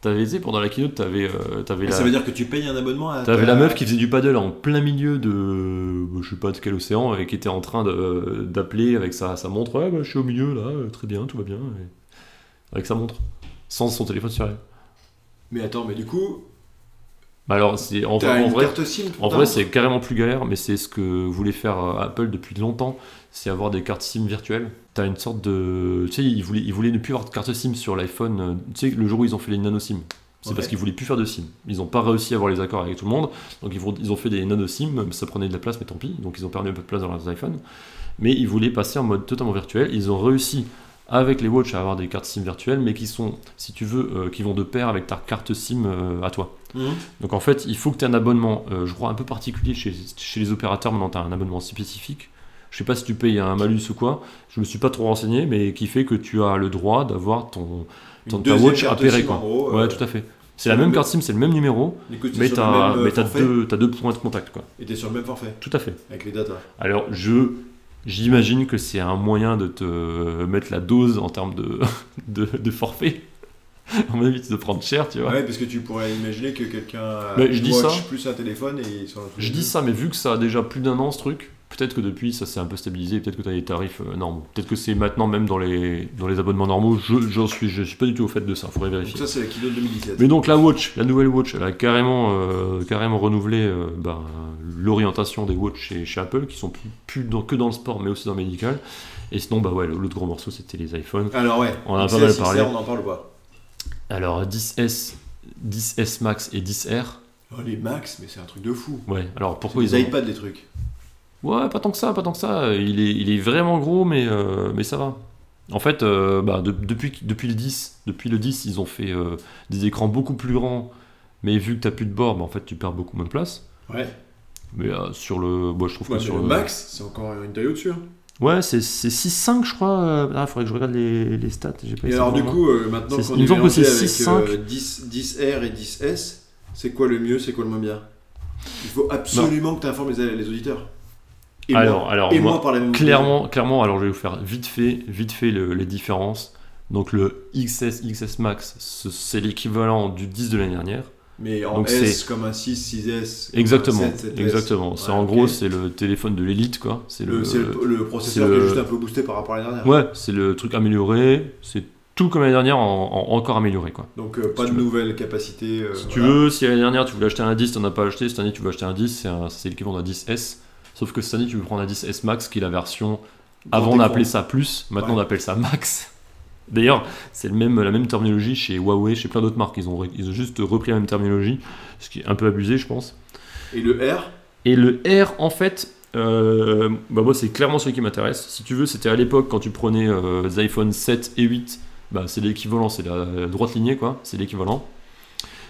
T'avais, tu sais, pendant la keynote, t'avais, euh, t'avais la, ça veut dire que tu payes un abonnement à. t'avais ta- la meuf qui faisait du paddle en plein milieu de, euh, je sais pas de quel océan, et qui était en train de- euh, d'appeler avec sa, sa montre. Ouais, bah, je suis au milieu là, euh, très bien, tout va bien. Et- Avec sa montre, sans son téléphone sur elle. Mais attends, mais du coup, Bah alors, c'est en, t'as en une vrai. carte SIM. En ta vrai, montre c'est carrément plus galère, mais c'est ce que voulait faire euh, Apple depuis longtemps, c'est avoir des cartes SIM virtuelles. T'as une sorte de, tu sais, ils voulaient, ils voulaient ne plus avoir de carte SIM sur l'iPhone. euh, Tu sais, le jour où ils ont fait les nano SIM, c'est Ouais. parce qu'ils voulaient plus faire de SIM. Ils n'ont pas réussi à avoir les accords avec tout le monde, donc ils, vont- ils ont fait des nano SIM. Ça prenait de la place, mais tant pis. Donc ils ont perdu un peu de place dans leurs iPhones, mais ils voulaient passer en mode totalement virtuel. Ils ont réussi avec les Watch à avoir des cartes SIM virtuelles, mais qui sont, si tu veux, euh, qui vont de pair avec ta carte SIM euh, à toi. Mhm. Donc en fait, il faut que tu aies un abonnement, euh, je crois, un peu particulier chez, chez les opérateurs. Maintenant, tu as un abonnement spécifique. Je sais pas si tu payes un malus ou quoi. Je me suis pas trop renseigné, mais qui fait que tu as le droit d'avoir ton. Une Ton- ta deuxième watch carte appairée, SIM, quoi. en gros, ouais, euh, tout à fait. C'est la même carte SIM, c'est le même numéro, Du coup, t'es mais sur tu le as, même, euh, forfait, deux, t'as deux points de contact. Quoi. Et t'es sur le même forfait, Tout à fait. avec les hein. datas. Alors, je j'imagine que c'est un moyen de te mettre la dose en termes de, de, de forfait. À mon avis, tu dois prendre cher, tu vois. Ouais, parce que tu pourrais imaginer que quelqu'un a Mais je une dis watch ça. plus un téléphone et ils sont dans le truc. Je dis ça, mais vu que ça a déjà plus d'un an ce truc, peut-être que depuis ça s'est un peu stabilisé, peut-être que tu as des tarifs euh, normaux. Peut-être que c'est maintenant même dans les, dans les abonnements normaux, je, j'en suis, je suis pas du tout au fait de ça, faudrait Donc vérifier. ça, c'est la kilo de 2017. Mais donc la Watch, la nouvelle Watch, elle a carrément, euh, carrément renouvelé euh, ben, l'orientation des Watch chez, chez Apple, qui sont plus, plus dans- que dans le sport, mais aussi dans le médical. Et sinon, bah ouais, l'autre gros morceau, c'était les iPhones. Alors ouais, On en a XS, pas mal XR, parlé. on en parle pas. Alors 10S, 10S Max et 10R. Oh, les Max, mais c'est un truc de fou. Ouais, alors pourquoi Les ils ont... iPads, les trucs. Ouais, pas tant que ça, pas tant que ça. Il est, il est vraiment gros, mais, euh, mais ça va. En fait, euh, bah, de- depuis, depuis, le 10, depuis le 10, ils ont fait euh, des écrans beaucoup plus grands, mais vu que t'as plus de bord, bah, en fait, tu perds beaucoup moins de place. Ouais. Mais euh, sur le. Bon, je trouve Ouais, que mais sur le Max, c'est encore une taille au-dessus. hein. Ouais, c'est c'est 6,5, je crois. euh, Ah, faudrait que je regarde les, les stats. j'ai pas Et essayé alors de du voir. coup, euh, maintenant C'est- qu'on il me est semble que c'est mélangé avec 6,5. euh, 10, 10R et 10S, c'est quoi le mieux, c'est quoi le moins bien Il faut absolument que tu informes les, les auditeurs. Et moi. alors, alors, et moi, moi, par la même clairement, clairement, alors je vais vous faire vite fait, vite fait le- les différences. Donc le XS, XS Max, ce- c'est l'équivalent du 10 de l'année dernière. Mais en Donc S comme un 6, 6S. comme un Exactement, 7, 7S. exactement. C'est Ouais, en ok. gros, c'est le téléphone de l'élite, quoi. C'est Le- le, C'est le, le processeur c'est qui est le- juste un peu boosté par rapport à l'année dernière. ouais, c'est le truc amélioré. C'est tout comme l'année dernière, en- en- encore amélioré, quoi. Donc euh, pas Si de tu veux. nouvelles capacités. euh, Si tu voilà. veux, si l'année dernière tu voulais acheter un 10, t'en as pas acheté, cette année tu veux acheter un 10, c'est un- c'est l'équivalent d'un 10S. Sauf que cette année tu peux prendre un 10S Max qui est la version. Avant on Grand appelait écran. ça plus, maintenant Ouais. on appelle ça Max. D'ailleurs, c'est le même, la même terminologie chez Huawei, chez plein d'autres marques. Ils ont, ré- ils ont juste repris la même terminologie, ce qui est un peu abusé, je pense. Et le R Et le R, en fait, euh, bah moi, c'est clairement celui qui m'intéresse. Si tu veux, c'était à l'époque quand tu prenais euh, les iPhone 7 et 8, bah, c'est l'équivalent, c'est la la droite lignée, quoi. C'est l'équivalent.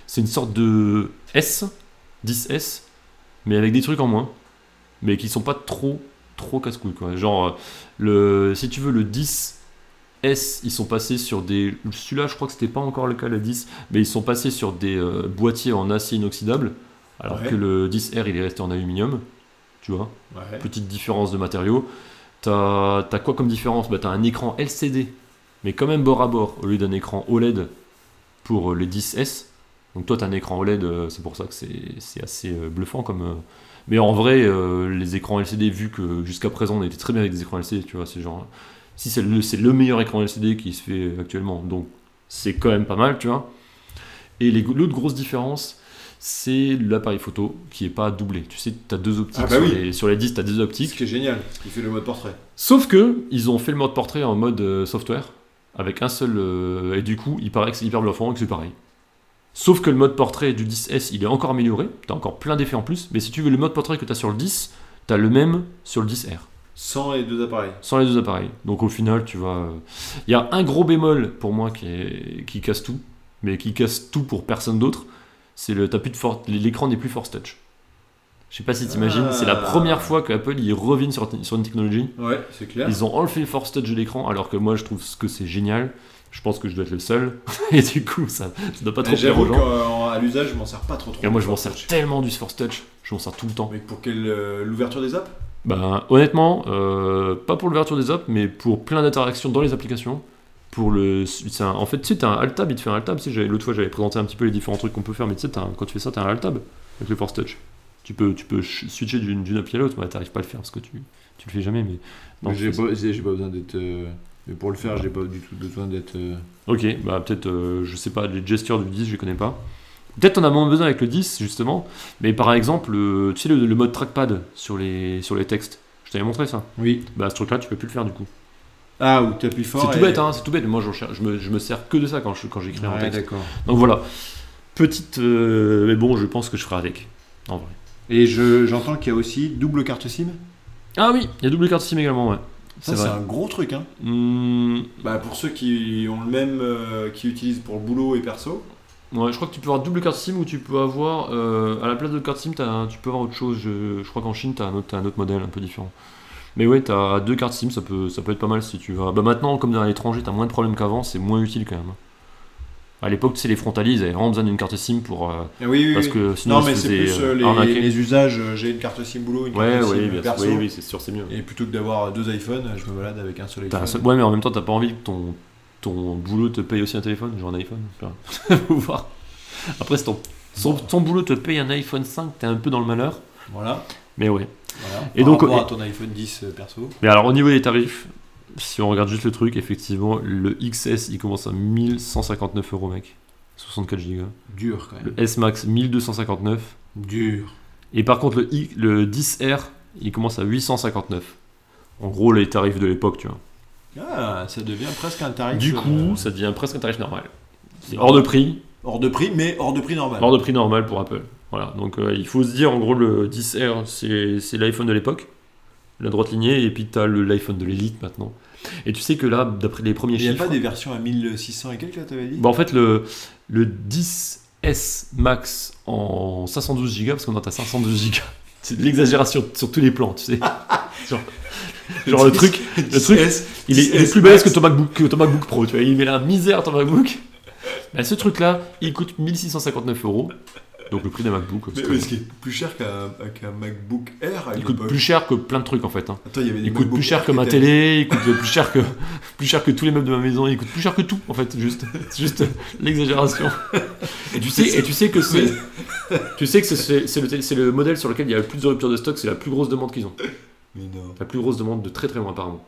C'est une sorte de S, 10S, mais avec des trucs en moins, mais qui sont pas trop, trop casse-couilles, quoi. Genre, euh, le, si tu veux, le 10. S, ils sont passés sur des. Celui-là, je crois que c'était pas encore le cas, le 10, mais ils sont passés sur des euh, boîtiers en acier inoxydable, alors Ouais. que le 10R, il est resté en aluminium, tu vois. Ouais. Petite différence de matériaux. T'as t'as quoi comme différence bah, T'as un écran LCD, mais quand même bord à bord, au lieu d'un écran OLED pour euh, les 10S. Donc toi, t'as un écran OLED, euh, c'est pour ça que c'est c'est assez euh, bluffant comme... euh, Mais en vrai, euh, les écrans LCD, vu que jusqu'à présent, on était très bien avec des écrans LCD, tu vois, c'est genre... Si c'est le, c'est le meilleur écran LCD qui se fait euh, actuellement, donc c'est quand même pas mal, tu vois. Et les- l'autre grosse différence, c'est l'appareil photo qui est pas doublé. Tu sais, t'as deux optiques. Ah bah sur, oui. les, sur les 10, t'as deux Ce optiques. qui est génial, ce qui fait le mode portrait. Sauf que ils ont fait le mode portrait en mode euh, software avec un seul euh, et du coup il paraît que c'est hyper bluffant et que c'est pareil. Sauf que le mode portrait du 10S il est encore amélioré, t'as encore plein d'effets en plus, mais si tu veux le mode portrait que t'as sur le 10, t'as le même sur le 10R, Sans les deux appareils. sans les deux appareils. Donc au final tu vois, il y a un gros bémol pour moi qui, est- qui casse tout, mais qui casse tout pour personne d'autre, c'est le t'as plus de for- l'écran n'est plus force touch. Je sais pas si t'imagines, c'est la Ah. première fois que Apple y revient sur- sur une technologie. Ouais, c'est clair. Ils ont enlevé Force Touch de l'écran, alors que moi je trouve que c'est génial. Je pense que je dois être le seul. Et du coup, ça, ça doit pas trop Mais plaire aux J'avoue gens. qu'à l'usage, je m'en sers pas trop trop. Et moi, je m'en sers tellement du Force Touch. Je m'en sers tout le temps. Mais pour quelle euh, l'ouverture des apps Ben, honnêtement, euh, pas pour l'ouverture des apps, mais pour plein d'interactions dans les applications. Pour le, c'est un- en fait, tu sais, t'as un alt tab, il te fait un alt tab. Tu sais, j'avais- L'autre fois, j'avais présenté un petit peu les différents trucs qu'on peut faire, mais tu sais, t'as un- quand tu fais ça, t'as un alt tab avec le Force Touch. Tu peux, tu peux ch- switcher d'une d'une appli à l'autre. Ouais, T'arrives pas à le faire parce que tu, tu le fais jamais. Mais non, j'ai tu fais pas, j'ai j'ai pas besoin d'être. euh, Mais pour le faire, j'ai pas du tout besoin d'être. euh, Ok, bah peut-être, euh, je sais pas, les gestures du 10, je les connais pas. Peut-être on a moins besoin avec le 10, justement. Mais par exemple, euh, tu sais, le, le mode trackpad sur les, sur les textes. Je t'avais montré ça. Oui. Bah, ce truc-là, tu peux plus le faire du coup. Ah, ou t'appuies C'est fort. tout et- bête, hein, c'est tout bête. Moi, j'en cher- je me, je me sers que de ça quand je- quand j'écris en Ouais, texte. d'accord. Donc voilà. Petite. euh, mais bon, je pense que je ferai avec. En vrai. Et je- j'entends qu'il y a aussi double carte SIM. Ah oui, il y a double carte SIM également, ouais. C'est Ça, c'est vrai. un gros truc, hein. Hmm, Bah pour ceux qui ont le même, euh, qui utilisent pour le boulot et perso. Ouais, je crois que tu peux avoir double carte SIM ou tu peux avoir. euh, à la place de carte SIM, t'as un- tu peux avoir autre chose. Je, je crois qu'en Chine, t'as un, autre- t'as un autre modèle un peu différent. Mais ouais, t'as deux cartes SIM, ça peut, ça peut être pas mal si tu vas. Bah maintenant, comme dans l'étranger, t'as moins de problèmes qu'avant, c'est moins utile quand même. À l'époque, tu sais, les frontaliers, ils avaient vraiment besoin d'une carte SIM pour. euh, Ah oui, oui, parce oui. que sinon, non ils se mais c'est faisaient, plus euh, euh, les, arnaquer. les usages. euh, J'ai une carte SIM boulot, une carte Ouais, SIM ouais, bien sûr. perso. Oui, oui, c'est sûr, c'est mieux. Et plutôt que d'avoir deux iPhones, je me balade avec un seul T'as un iPhone. seul- Ouais, mais en même temps, t'as pas envie que ton, ton boulot te paye aussi un téléphone, genre un iPhone. tu vois. Faut voir. Après, si ton, son- ton boulot te paye un iPhone 5, t'es un peu dans le malheur. Voilà. Mais ouais. voilà. Et Par donc- rapport à ton iPhone 10 euh, perso. Mais alors au niveau des tarifs, si on regarde juste le truc, effectivement, le XS il commence à 1159 euros mec, 64 Go. Dur, quand même. Le S Max 1259. Dur. Et par contre le, I- le 10R il commence à 859. En gros les tarifs de l'époque tu vois. Ah, ça devient presque un tarif. Du euh, coup ça devient presque un tarif normal. C'est hors de prix, hors de prix, mais hors de prix normal. hors de prix normal pour Apple. Voilà donc euh, il faut se dire en gros le 10R c'est c'est l'iPhone de l'époque. La droite lignée, et puis t'as le- l'iPhone de l'élite maintenant. Et tu sais que là, d'après les premiers Il n'y a chiffres. pas des versions à 1600 et quelques, là, t'avais dit Bah, en fait, le, le 10S Max en 512 Go, parce qu'on en a 512 Go. C'est de l'exagération sur tous les plans, tu Ah, sais. Genre, genre le truc, le truc, il est, il est 10S plus balèze que Max. ton, MacBook, que ton MacBook Pro, tu vois. Il met la misère ton MacBook. Bah, ce truc-là, il coûte 1659 euros. Donc le prix d'un MacBook. Mais, c'est mais très ce qui est plus cher qu'un qu'un MacBook Air à Il une coûte époque. plus cher que plein de trucs en fait. hein. Attends, il y avait des Il coûte MacBook plus cher Air que qui ma étaient- télé, il coûte plus cher que plus cher que tous les meubles de ma maison, il coûte plus cher que tout en fait, juste c'est juste l'exagération. Et tu sais et tu sais que c'est tu sais que c'est- c'est c'est le, tél- c'est le modèle sur lequel il y a le plus de rupture de stock, c'est la plus grosse demande qu'ils ont. Mais non. La plus grosse demande de très très loin apparemment.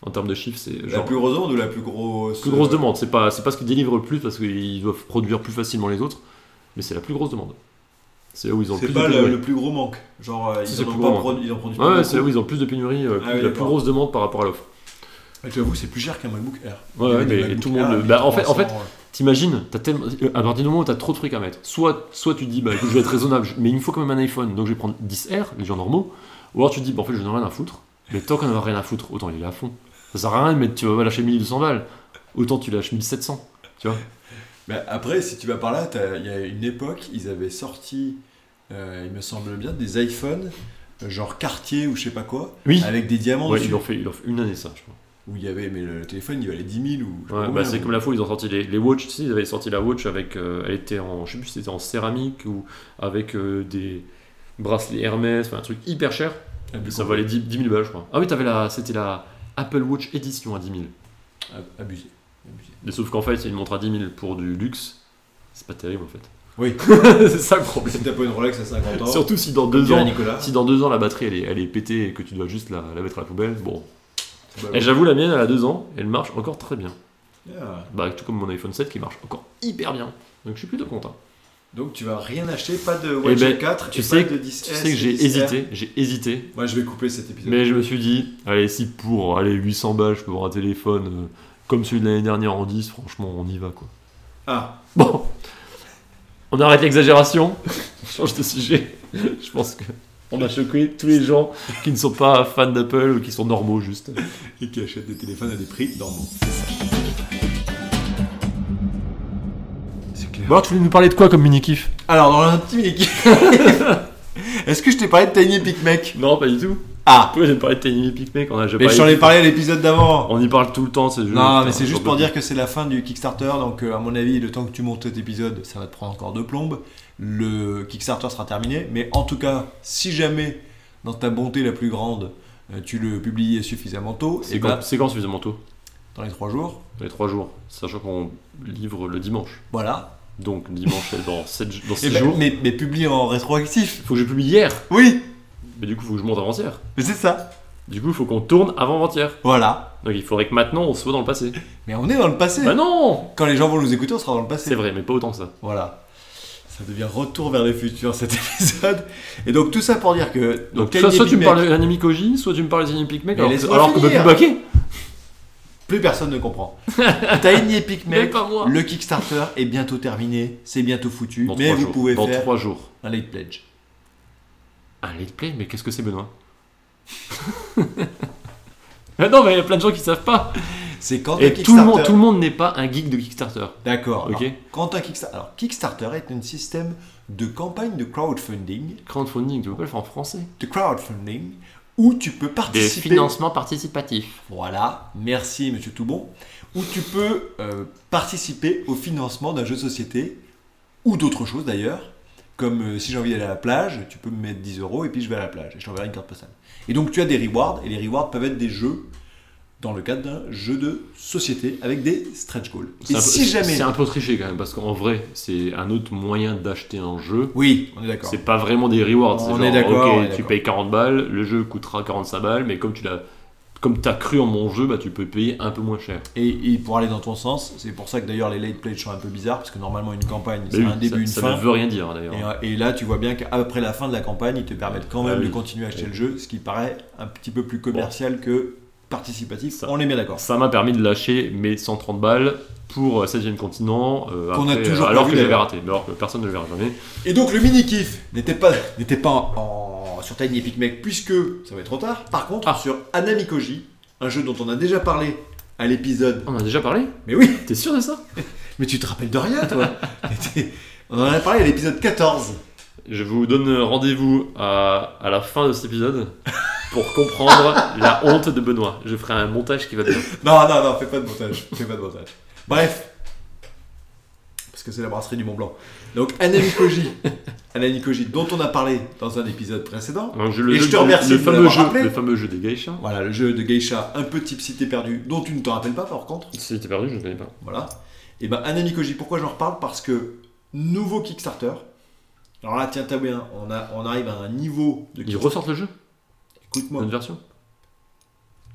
En termes de chiffres, c'est La genre plus grosse demande ou la plus grosse plus grosse euh, demande, c'est pas c'est pas ce qu'ils délivrent le plus parce qu'ils doivent produire plus facilement les autres, mais c'est la plus grosse demande. C'est là où ils ont le C'est plus pas de le, pénurie. le plus gros manque. Genre, euh, Si, ils c'est en, le ont plus pas gros produ- ils en produisent Ouais, pas ouais, beaucoup. c'est là où ils ont le plus de pénurie, euh, Ah oui, la plus d'accord. grosse demande par rapport à l'offre. J'avoue, c'est plus cher qu'un MacBook Air. Ouais, Il y avait ouais, des mais MacBook tout le monde Air le- à bah, en fait- en 1300, fait, T'imagines, t'as tellement... à partir du moment où t'as trop de trucs à mettre, soit, soit tu dis, bah écoute, je vais être raisonnable, je- mais il me faut quand même un iPhone, donc je vais prendre 10R, les gens normaux, ou alors tu dis, bah en fait, je n'en ai rien à foutre, mais tant qu'on n'en a rien à foutre, autant y aller à fond. Ça sert à rien de mettre, tu vas lâcher 1200 balles, autant tu lâches 1700, tu vois. Bah, après, si tu vas par là, t'as- il y a une époque, ils avaient sorti, euh, il me semble bien, des iPhones, euh, genre Cartier ou je sais pas quoi, Oui, avec des diamants ouais, dessus. ils ont fait, ils l'ont fait une année ça, je crois. Où il y avait, mais le téléphone, il valait 10 000 ou. je sais pas Ouais, bah, combien, c'est ou- comme la fois où ils ont sorti les, les watch, tu sais, ils avaient sorti la watch avec, euh, elle était en, je sais plus si c'était en céramique ou avec euh, des bracelets Hermès, enfin un truc hyper cher. Ah, Ça valait 10, 10 000 balles, je crois. Ah oui, t'avais la, c'était la Apple Watch édition à 10 000. Ab- Abusé. Abusé. Mais sauf qu'en fait, c'est une montre à 10 000 pour du luxe. C'est pas terrible en fait. Oui, c'est ça le problème. si t'as pas une Rolex à 50 ans, Surtout si dans comme deux dirait ans, Nicolas, si dans deux ans la batterie elle est, elle est pétée et que tu dois juste la, la mettre à la poubelle, bon. c'est pas Et bon. j'avoue, la mienne elle a deux ans, elle marche encore très bien. Ah. Bah, tout comme mon iPhone 7 qui marche encore hyper bien. Donc je suis plutôt content. Donc tu vas rien acheter, pas de Watch ben, 4 tu et sais pas que- de 10S. Tu sais que j'ai 10R. hésité, j'ai hésité Moi je vais couper cet épisode. Eh, Mais je me suis dit, allez, si pour allez, 800 balles, je peux avoir un téléphone euh, comme celui de l'année dernière en 10, franchement, on y va quoi. Ah, Bon, on arrête l'exagération, on change de sujet. Je pense que on a choqué tous les gens qui ne sont pas fans d'Apple ou qui sont normaux juste. et qui achète des téléphones à des prix normaux. C'est clair. Bon, alors, tu voulais nous parler de quoi comme mini-kiff Alors dans un petit mini Est-ce que je t'ai parlé de Tiny Epic Mec Non, pas du tout. Ah Pourquoi j'ai parlé de Tiny Epic Mec On a déjà Mais je t'en parlé. ai parlé à l'épisode d'avant On y parle tout le temps, c'est juste. Non, mais c'est juste pour dire que c'est la fin du Kickstarter, donc euh, à mon avis, le temps que tu montes cet épisode, ça va te prendre encore deux plombes. Le Kickstarter sera terminé, mais en tout cas, si jamais, dans ta bonté la plus grande, euh, tu le publies suffisamment tôt, C'est et quand, ben, c'est quand suffisamment tôt dans les trois jours, Dans Les 3 jours, sachant qu'on livre le dimanche. voilà. Donc dimanche est dans 7, dans Et six ben, jours. mais, mais publie en rétroactif. Faut que je publie hier Oui, Mais du coup, faut que je monte avant-hier. mais c'est ça. Du coup, faut qu'on tourne avant avant-hier. Voilà. Donc il faudrait que maintenant on soit dans le passé. Mais on est dans le passé. Bah non Quand les gens vont nous écouter, on sera dans le passé. C'est vrai, mais pas autant que ça. Voilà. Ça devient retour vers le futur cet épisode. Et donc tout ça pour dire que Donc, Tiny soit, soit Epic tu me Mac, parles de l'anime Koji, soit tu me parles des anime Pic Mec, Mais alors, que- laisse-moi alors qu'on peut plus finir. baquer plus personne ne comprend. Tiny Epic Mais Mac, pas moi le Kickstarter est bientôt terminé, c'est bientôt foutu, Dans mais trois vous jours. pouvez Dans faire trois jours. un late pledge. Un late play Mais qu'est-ce que c'est, Benoît Mais non, mais il y a plein de gens qui savent pas. C'est quand un Et tout Kickstarter. le monde, tout le monde n'est pas un geek de Kickstarter. D'accord. Ok. Alors, Quand un Kickstarter. Alors Kickstarter est un système de campagne de crowdfunding, Crowdfunding, tu peux pas le faire en français. de crowdfunding où tu peux Des participer. financements participatifs. Voilà, merci Monsieur Toubon. Où tu peux euh, participer au financement d'un jeu de société ou d'autres choses d'ailleurs. Comme euh, si j'ai envie d'aller à la plage, tu peux me mettre 10 euros et puis je vais à la plage et je t'enverrai une carte postale. Et donc tu as des rewards et les rewards peuvent être des jeux dans le cadre d'un jeu de société avec des stretch goals. C'est Et un peu- si jamais. C'est un peu triché quand même, parce qu'en vrai, c'est un autre moyen d'acheter un jeu. Oui, on est d'accord. C'est pas vraiment des rewards. On c'est est genre, d'accord, ok, on est tu d'accord. payes 40 balles, le jeu coûtera 45 balles, mais comme tu l'as, comme t'as cru en mon jeu, bah tu peux payer un peu moins cher. Et, et pour aller dans ton sens, c'est pour ça que d'ailleurs les late plays sont un peu bizarres parce que normalement une campagne, c'est Bah oui, un début, ça, une ça fin. ne veut rien dire hein, d'ailleurs. Et, euh, Et, là, tu vois bien qu'après la fin de la campagne, ils te permettent quand Ah même oui. de continuer à acheter Oui. le jeu, ce qui paraît un petit peu plus commercial que participatif. Ça. On les met d'accord. Ça m'a permis de lâcher mes 130 balles pour euh, 16e continent, euh, Qu'on a après, toujours euh, alors pas que vu, j'avais d'ailleurs. raté, mais alors que personne ne le verra jamais. Et donc, le mini-kiff n'était pas, n'était pas en, en- sur Tiny Epic Mech, puisque ça va être trop tard. Par contre, Ah. sur Anami Koji, un jeu dont on a déjà parlé à l'épisode. On en a déjà parlé Mais oui, T'es sûr de ça mais tu te rappelles de rien, toi Mais t'es- On en a parlé à l'épisode 14. Je vous donne rendez-vous à, à la fin de cet épisode pour comprendre la honte de Benoît. Je ferai un montage qui va bien. Non, non, non, fais pas de montage. Fais pas de montage. Bref. Parce que c'est la brasserie du Mont Blanc. Donc Anna Mikoji, Anna Mikoji, dont on a parlé dans un épisode précédent. Un jeu- le Et jeu je te de- remercie le de fameux l'avoir jeu, rappelé. le fameux jeu des geishas. Voilà, le jeu de geisha un peu type cité perdue, dont tu ne te rappelles pas par contre. Si t'es perdu, je ne connais pas. Voilà. Et ben Anna Mikoji, pourquoi j'en reparle Parce que nouveau Kickstarter. Alors là, tiens, t'as bien, on, a, on arrive à un niveau de Ils ressortent le jeu, Écoute-moi. une version.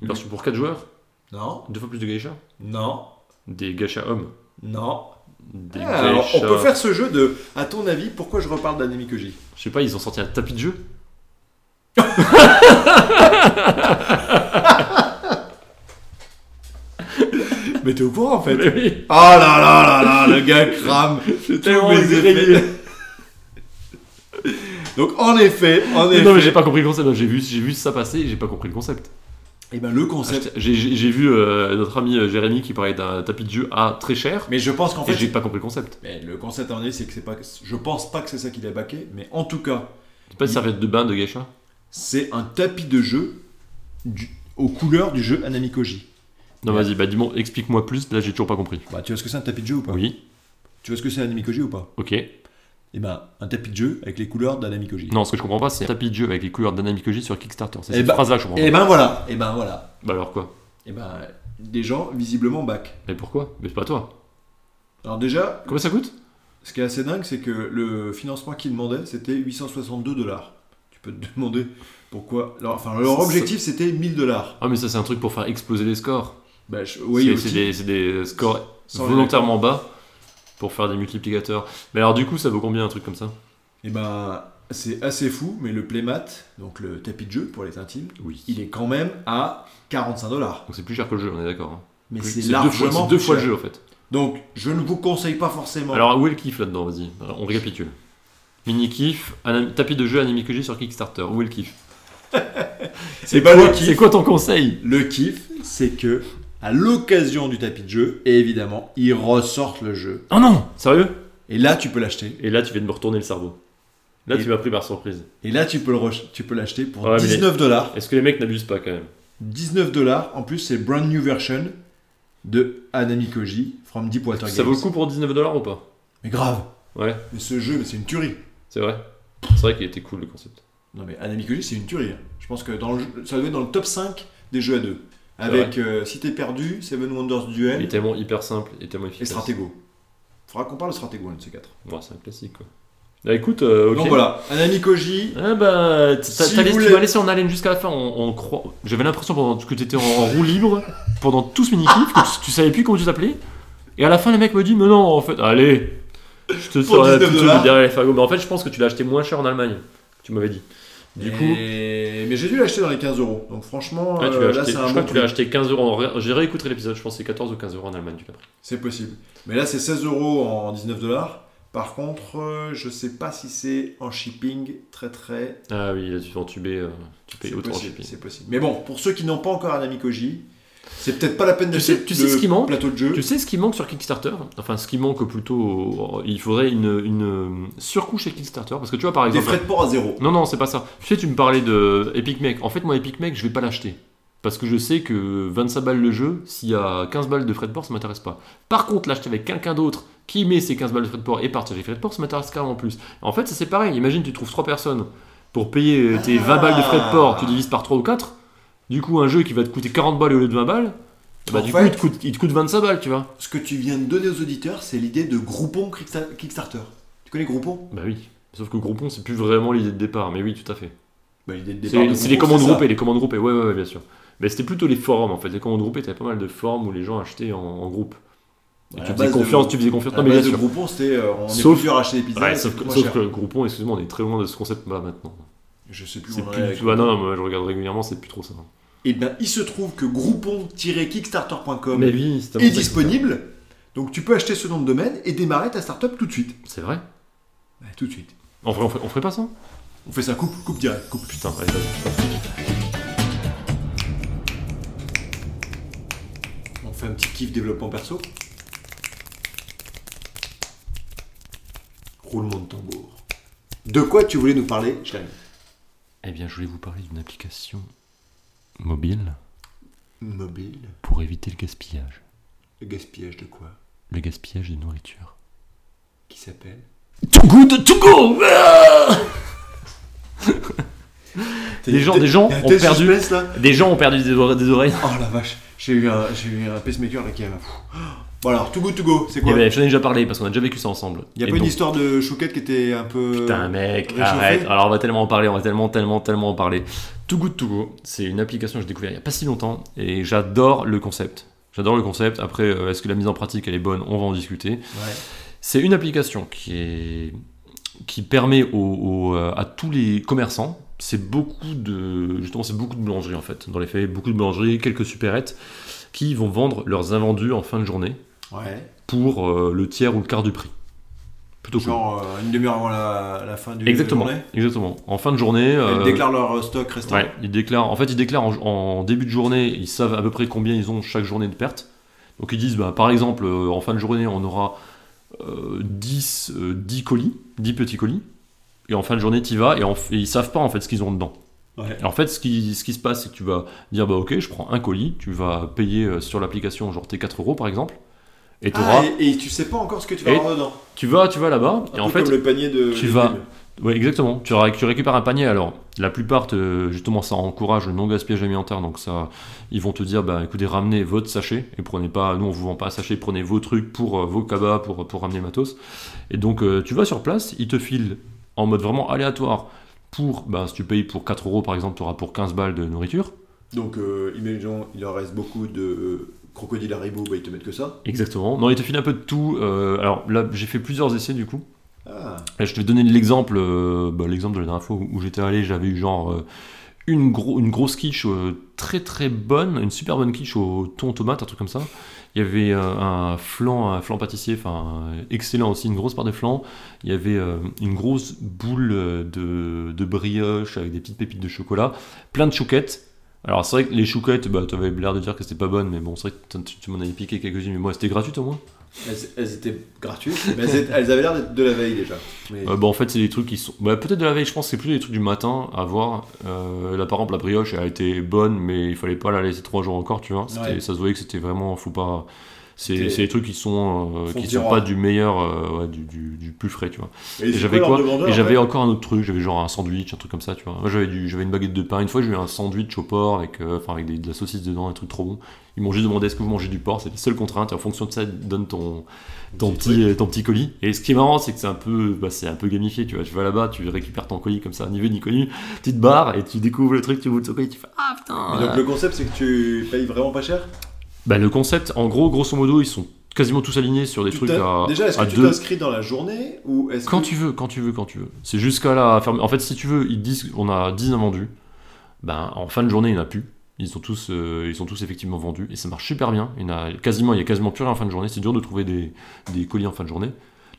Une version pour 4 joueurs, Non, deux fois plus de geishas. non, Des geishas hommes. non. Des Ah, alors, on geishas- peut faire ce jeu de, à ton avis, pourquoi je reparle d'Anna Mikoji Je sais pas, ils ont sorti un tapis de jeu. Mais t'es au courant en fait Mais oui. Ah là là là là, le gars crame tous mes effets. Donc en effet, en effet. Non mais j'ai pas compris le concept, j'ai vu, j'ai vu ça passer et j'ai pas compris le concept. Et ben le concept. J'ai j'ai- j'ai vu euh, notre ami euh, Jérémy qui parlait d'un tapis de jeu à très cher Mais je pense qu'en et j'ai fait, pas compris le concept. mais le concept en effet, c'est que c'est pas. Je pense pas que c'est ça qu'il a baqué, mais en tout cas, C'est pas une serviette de bain de geisha c'est un tapis de jeu du- aux couleurs du jeu Anamikoji. Non Ouais. vas-y, bah dis-moi, explique-moi plus, là j'ai toujours pas compris. Bah tu vois ce que c'est un tapis de jeu ou pas Oui, Tu vois ce que c'est Anamikoji ou pas ok. Et ben un tapis de jeu avec les couleurs d'Anamikoji. Non, ce que je comprends pas, c'est un tapis de jeu avec les couleurs d'Anamikoji sur Kickstarter. C'est Eh cette bah- phrase-là que je comprends Et pas. ben voilà, et ben voilà. Bah alors quoi Et ben des gens visiblement back. Mais pourquoi Mais c'est pas toi. Alors déjà, Combien ça coûte Ce qui est assez dingue, c'est que le financement qu'ils demandaient, c'était 862 dollars. Tu peux te demander pourquoi. Leur, enfin, leur Ça- objectif, c'était 1000 dollars. Ah mais ça c'est un truc pour faire exploser les scores. Bah, je- C'est- oui, aussi, c'est des, c'est des scores sans- volontairement bas pour faire des multiplicateurs. Mais alors du coup ça vaut combien un truc comme ça Et ben, c'est assez fou, mais le playmat, donc le tapis de jeu pour les intimes, Oui. il est quand même à 45 dollars. Donc c'est plus cher que le jeu, on est d'accord. hein. Mais Plus- c'est deux fois, largement c'est deux plus fois le cher. jeu en fait. Donc, je ne vous conseille pas forcément. Alors où est le kiff là-dedans Vas-y, Alors, on récapitule. Mini kiff, anam- tapis de jeu Anime QG sur Kickstarter. Où est le kiff c'est pas le Quoi- C'est kiff. quoi ton conseil Le kiff, c'est que à l'occasion du tapis de jeu, évidemment, ils ressortent le jeu. Oh non Sérieux Et là, tu peux l'acheter. Et là tu viens de me retourner le cerveau. Là Et- tu m'as pris par surprise. Et là, tu peux le re- tu peux l'acheter pour Ouais, mais les- 19 dollars. Est-ce que les mecs n'abusent pas quand même 19 dollars. En plus, c'est brand new version de Anami Koji from Deepwater Games. Ça vaut le coup pour 19$ dollars ou pas Mais grave. Ouais, Mais ce jeu, mais c'est une tuerie. c'est vrai. C'est vrai qu'il était cool le concept. Non mais Anami Koji, c'est une tuerie. hein. Je pense que dans le jeu- ça doit être dans le top 5 des jeux à deux. Avec euh, Cité Perdue, Seven Wonders Il est Duel tellement hyper simple et tellement et efficace. Stratego. Faudra qu'on parle de Stratego, un de ces quatre. Ouais, c'est un classique quoi. Bah écoute, euh, ok. Donc voilà, Anami Koji. Ah bah, t'as- t'as- Si t'as vous laissé- voulez- tu m'as laissé en haleine jusqu'à la fin, on, on croit. J'avais l'impression pendant que t'étais en roue libre, pendant tout ce mini-kiff, que tu, tu savais plus comment tu t'appelais. Et à la fin, le mec me dit, mais non, en fait, allez, je te Pour sors la 19 petite dollars. derrière les fagots. Mais en fait, je pense que tu l'as acheté moins cher en Allemagne, tu m'avais dit. Du Et- coup, Mais j'ai dû l'acheter dans les 15 euros. Donc franchement, là, tu euh, l'as là acheté, c'est je un crois bon que tu l'as prix. acheté 15 euros. en- J'ai réécouté l'épisode, je pense que c'est 14 ou 15 euros en Allemagne, tu l'as pris. C'est possible. Mais là, c'est 16 euros en 19 dollars. Par contre, euh, je sais pas si c'est en shipping très très. Ah oui, là, tu vas entuber, euh, tu payes C'est autant en possible, shipping. c'est possible. Mais bon, pour ceux qui n'ont pas encore un ami Koji, c'est peut-être pas la peine Tu d'acheter sais- tu le sais ce qui manque plateau de jeu. Tu sais ce qui manque sur Kickstarter Enfin, ce qui manque plutôt, euh, il faudrait une, une surcouche chez Kickstarter. Parce que tu vois, par Des exemple, frais de port à zéro. Non, non, c'est pas ça. Tu sais, tu me parlais de Epic Mech. En fait, moi, Epic Mech, je vais pas l'acheter. Parce que je sais que 25 balles le jeu, s'il y a 15 balles de frais de port, ça m'intéresse pas. Par contre, l'acheter avec quelqu'un d'autre qui met ses 15 balles de frais de port et partir les frais de port, ça m'intéresse carrément plus. En fait, ça c'est pareil. Imagine, tu trouves 3 personnes pour payer tes 20 balles de frais de port, tu divises par 3 ou 4. Du coup, un jeu qui va te coûter 40 balles au lieu de 20 balles, bah, En du fait- coup, il te, coûte, il te coûte 25 balles, tu vois. Ce que tu viens de donner aux auditeurs, c'est l'idée de Groupon Kicksta- Kickstarter. Tu connais Groupon Bah oui. Sauf que Groupon, c'est plus vraiment l'idée de départ. Mais oui, tout à fait. bah, l'idée de C'est- départ de C'est Groupon, les commandes ça. groupées, les commandes groupées, ouais, ouais, ouais, bien sûr. Mais c'était plutôt les forums en fait. Les commandes groupées, t'avais pas mal de forums où les gens achetaient en, en groupe. Et À la tu faisais base de- confiance, tu faisais confiance. à Non, La mais bien base de sûr. Groupon, c'était euh, on Sauf- est plusieurs à acheter des pizzas. Ouais, et sauf c'est que, moins sauf cher. que Groupon, excusez-moi, on est très loin de ce concept là maintenant. Je sais plus où C'est on en plus. est avec bah, non, non, moi, je regarde régulièrement, c'est plus trop ça. Et bien, il se trouve que groupon-kickstarter.com Mais oui, c'est est disponible. Donc tu peux acheter ce nom de domaine et démarrer ta startup tout de suite. C'est vrai. Ouais, tout de suite. En vrai, on ferait, on ferait pas ça On fait ça, coupe, coupe direct, coupe. Putain, allez, vas-y. On fait un petit kiff développement perso. Roulement de tambour. De quoi tu voulais nous parler, Jérémy Eh bien, je voulais vous parler d'une application mobile Mobile. pour éviter le gaspillage. Le gaspillage de quoi Le gaspillage de nourriture. qui s'appelle Too good to go Ah Des gens- des gens Il y a un ont tel perdu. suspense, là. Des gens ont perdu des ore- des oreilles. Oh la vache, j'ai eu un, j'ai eu un pacemaker là qui a. Pfff. Bon alors, to go to go, c'est Eh quoi ben, je t'en ai déjà parlé parce qu'on a déjà vécu ça ensemble. Il y a Et pas une donc- histoire de chouquette qui était un peu. Putain mec, réchauffé. arrête. Alors on va tellement en parler, on va tellement, tellement, tellement en parler. Too Good To Go, c'est une application que j'ai découverte il n'y a pas si longtemps et j'adore le concept. J'adore le concept. Après, euh, est-ce que la mise en pratique elle est bonne On va en discuter. Ouais. C'est une application qui est qui permet aux- aux, euh, à tous les commerçants. C'est beaucoup de justement c'est beaucoup de boulangeries en fait. Dans les faits, beaucoup de boulangeries, quelques supérettes qui vont vendre leurs invendus en fin de journée Ouais. pour euh, le tiers ou le quart du prix. Plutôt cool. Genre euh, une demi-heure avant la, la fin du. Exactement, de la journée. exactement. En fin de journée, Ils euh, déclarent leur euh, stock restant. ouais, ils déclarent. En fait, ils déclarent en, en début de journée. Ils savent à peu près combien ils ont chaque journée de perte. Donc ils disent, bah, par exemple, euh, en fin de journée, on aura euh, 10, euh, 10 colis, 10 petits colis. Et en fin de journée, tu vas et, en f- et ils savent pas en fait ce qu'ils ont dedans. Ouais. Et en fait, ce qui, ce qui se passe, c'est que tu vas dire, bah ok, je prends un colis, tu vas payer euh, sur l'application genre tes 4 euros par exemple, et, Ah, t'auras- et, et tu sais pas encore ce que tu vas Et- avoir dedans. tu vas, tu vas là-bas Un et peu en fait, comme le panier de. tu des vas- légumes. oui, exactement. Tu, ré- tu récupères un panier. Alors, la plupart, te- justement, ça encourage le non-gaspillage alimentaire. Donc, ça, ils vont te dire, bah, écoutez, ramenez votre sachet et prenez pas, nous, on vous vend pas un sachet, prenez vos trucs pour euh, vos cabas, pour, pour ramener le matos. Et donc, euh, tu vas sur place, ils te filent en mode vraiment aléatoire. Pour, bah, si tu payes pour 4 euros, par exemple, tu auras pour 15 balles de nourriture. Donc, euh, imaginons, il leur reste beaucoup de euh, crocodiles Haribo, bah, ils te mettent que ça. Exactement. Non, ils te filent un peu de tout. Euh, alors, là, j'ai fait plusieurs essais, du coup. Ah. Là, je te vais donner l'exemple, euh, bah, l'exemple de la dernière fois où, où j'étais allé, j'avais eu genre euh, une, gro- une grosse quiche euh, très très bonne, une super bonne quiche au thon tomate, un truc comme ça. Il y avait euh, un flan, un flan pâtissier, enfin euh, excellent aussi, une grosse part de flan. Il y avait euh, une grosse boule euh, de, de brioche avec des petites pépites de chocolat, plein de chouquettes. Alors c'est vrai que les chouquettes, bah, t'avais l'air de dire que c'était pas bonne, mais bon c'est vrai que t'en- tu, tu m'en avais piqué quelques-unes, mais moi c'était gratuit au moins. Elles, elles étaient gratuites, mais elles, étaient- elles avaient l'air d'être de la veille déjà. Mais- Euh, bah, en fait, c'est des trucs qui sont. bah, Peut-être de la veille, je pense, c'est plus des trucs du matin à voir. Euh, là, par exemple, la brioche, elle a été bonne, mais il fallait pas la laisser trois jours encore, tu vois. C'était- Ouais. Ça se voyait que c'était vraiment. Faut pas. C'est C'était- c'est des trucs qui sont, euh, Fond qui de sont tiroir. pas du meilleur, euh, ouais, du, du- du plus frais, tu vois. Et c'est j'avais leur quoi demandeur, Et en j'avais fait encore un autre truc, j'avais genre un sandwich, un truc comme ça, tu vois. Moi, j'avais du- j'avais une baguette de pain. Une fois, j'ai eu un sandwich au porc avec, euh, enfin, avec des- de la saucisse dedans, un truc trop bon. Ils m'ont juste demandé est-ce que vous mangez du porc, c'est la seule contrainte. Et en fonction de ça, donne ton, ton Petit petit, euh, ton petit colis. Et ce qui est marrant, c'est que c'est un peu, bah, c'est un peu gamifié, tu vois. Tu vas là-bas, tu récupères ton colis comme ça, ni vu ni connu, tu te barres et tu découvres le truc, tu ouvres ton colis, tu fais ah putain. Mais donc le concept c'est que tu payes vraiment pas cher Bah, le concept, en gros, grosso modo, ils sont quasiment tous alignés sur des Tu trucs t'as- à, Déjà, est-ce à que tu deux. t'inscris dans la journée ou est-ce Quand que... tu veux, quand tu veux, quand tu veux. C'est jusqu'à la ferme. En fait, si tu veux, ils disent on a 10 invendus. Ben, en fin de journée, il n'y en a plus. Ils sont, tous, euh, ils sont tous effectivement vendus et ça marche super bien. Il y, en a quasiment, il y a quasiment plus rien en fin de journée. C'est dur de trouver des, des colis en fin de journée.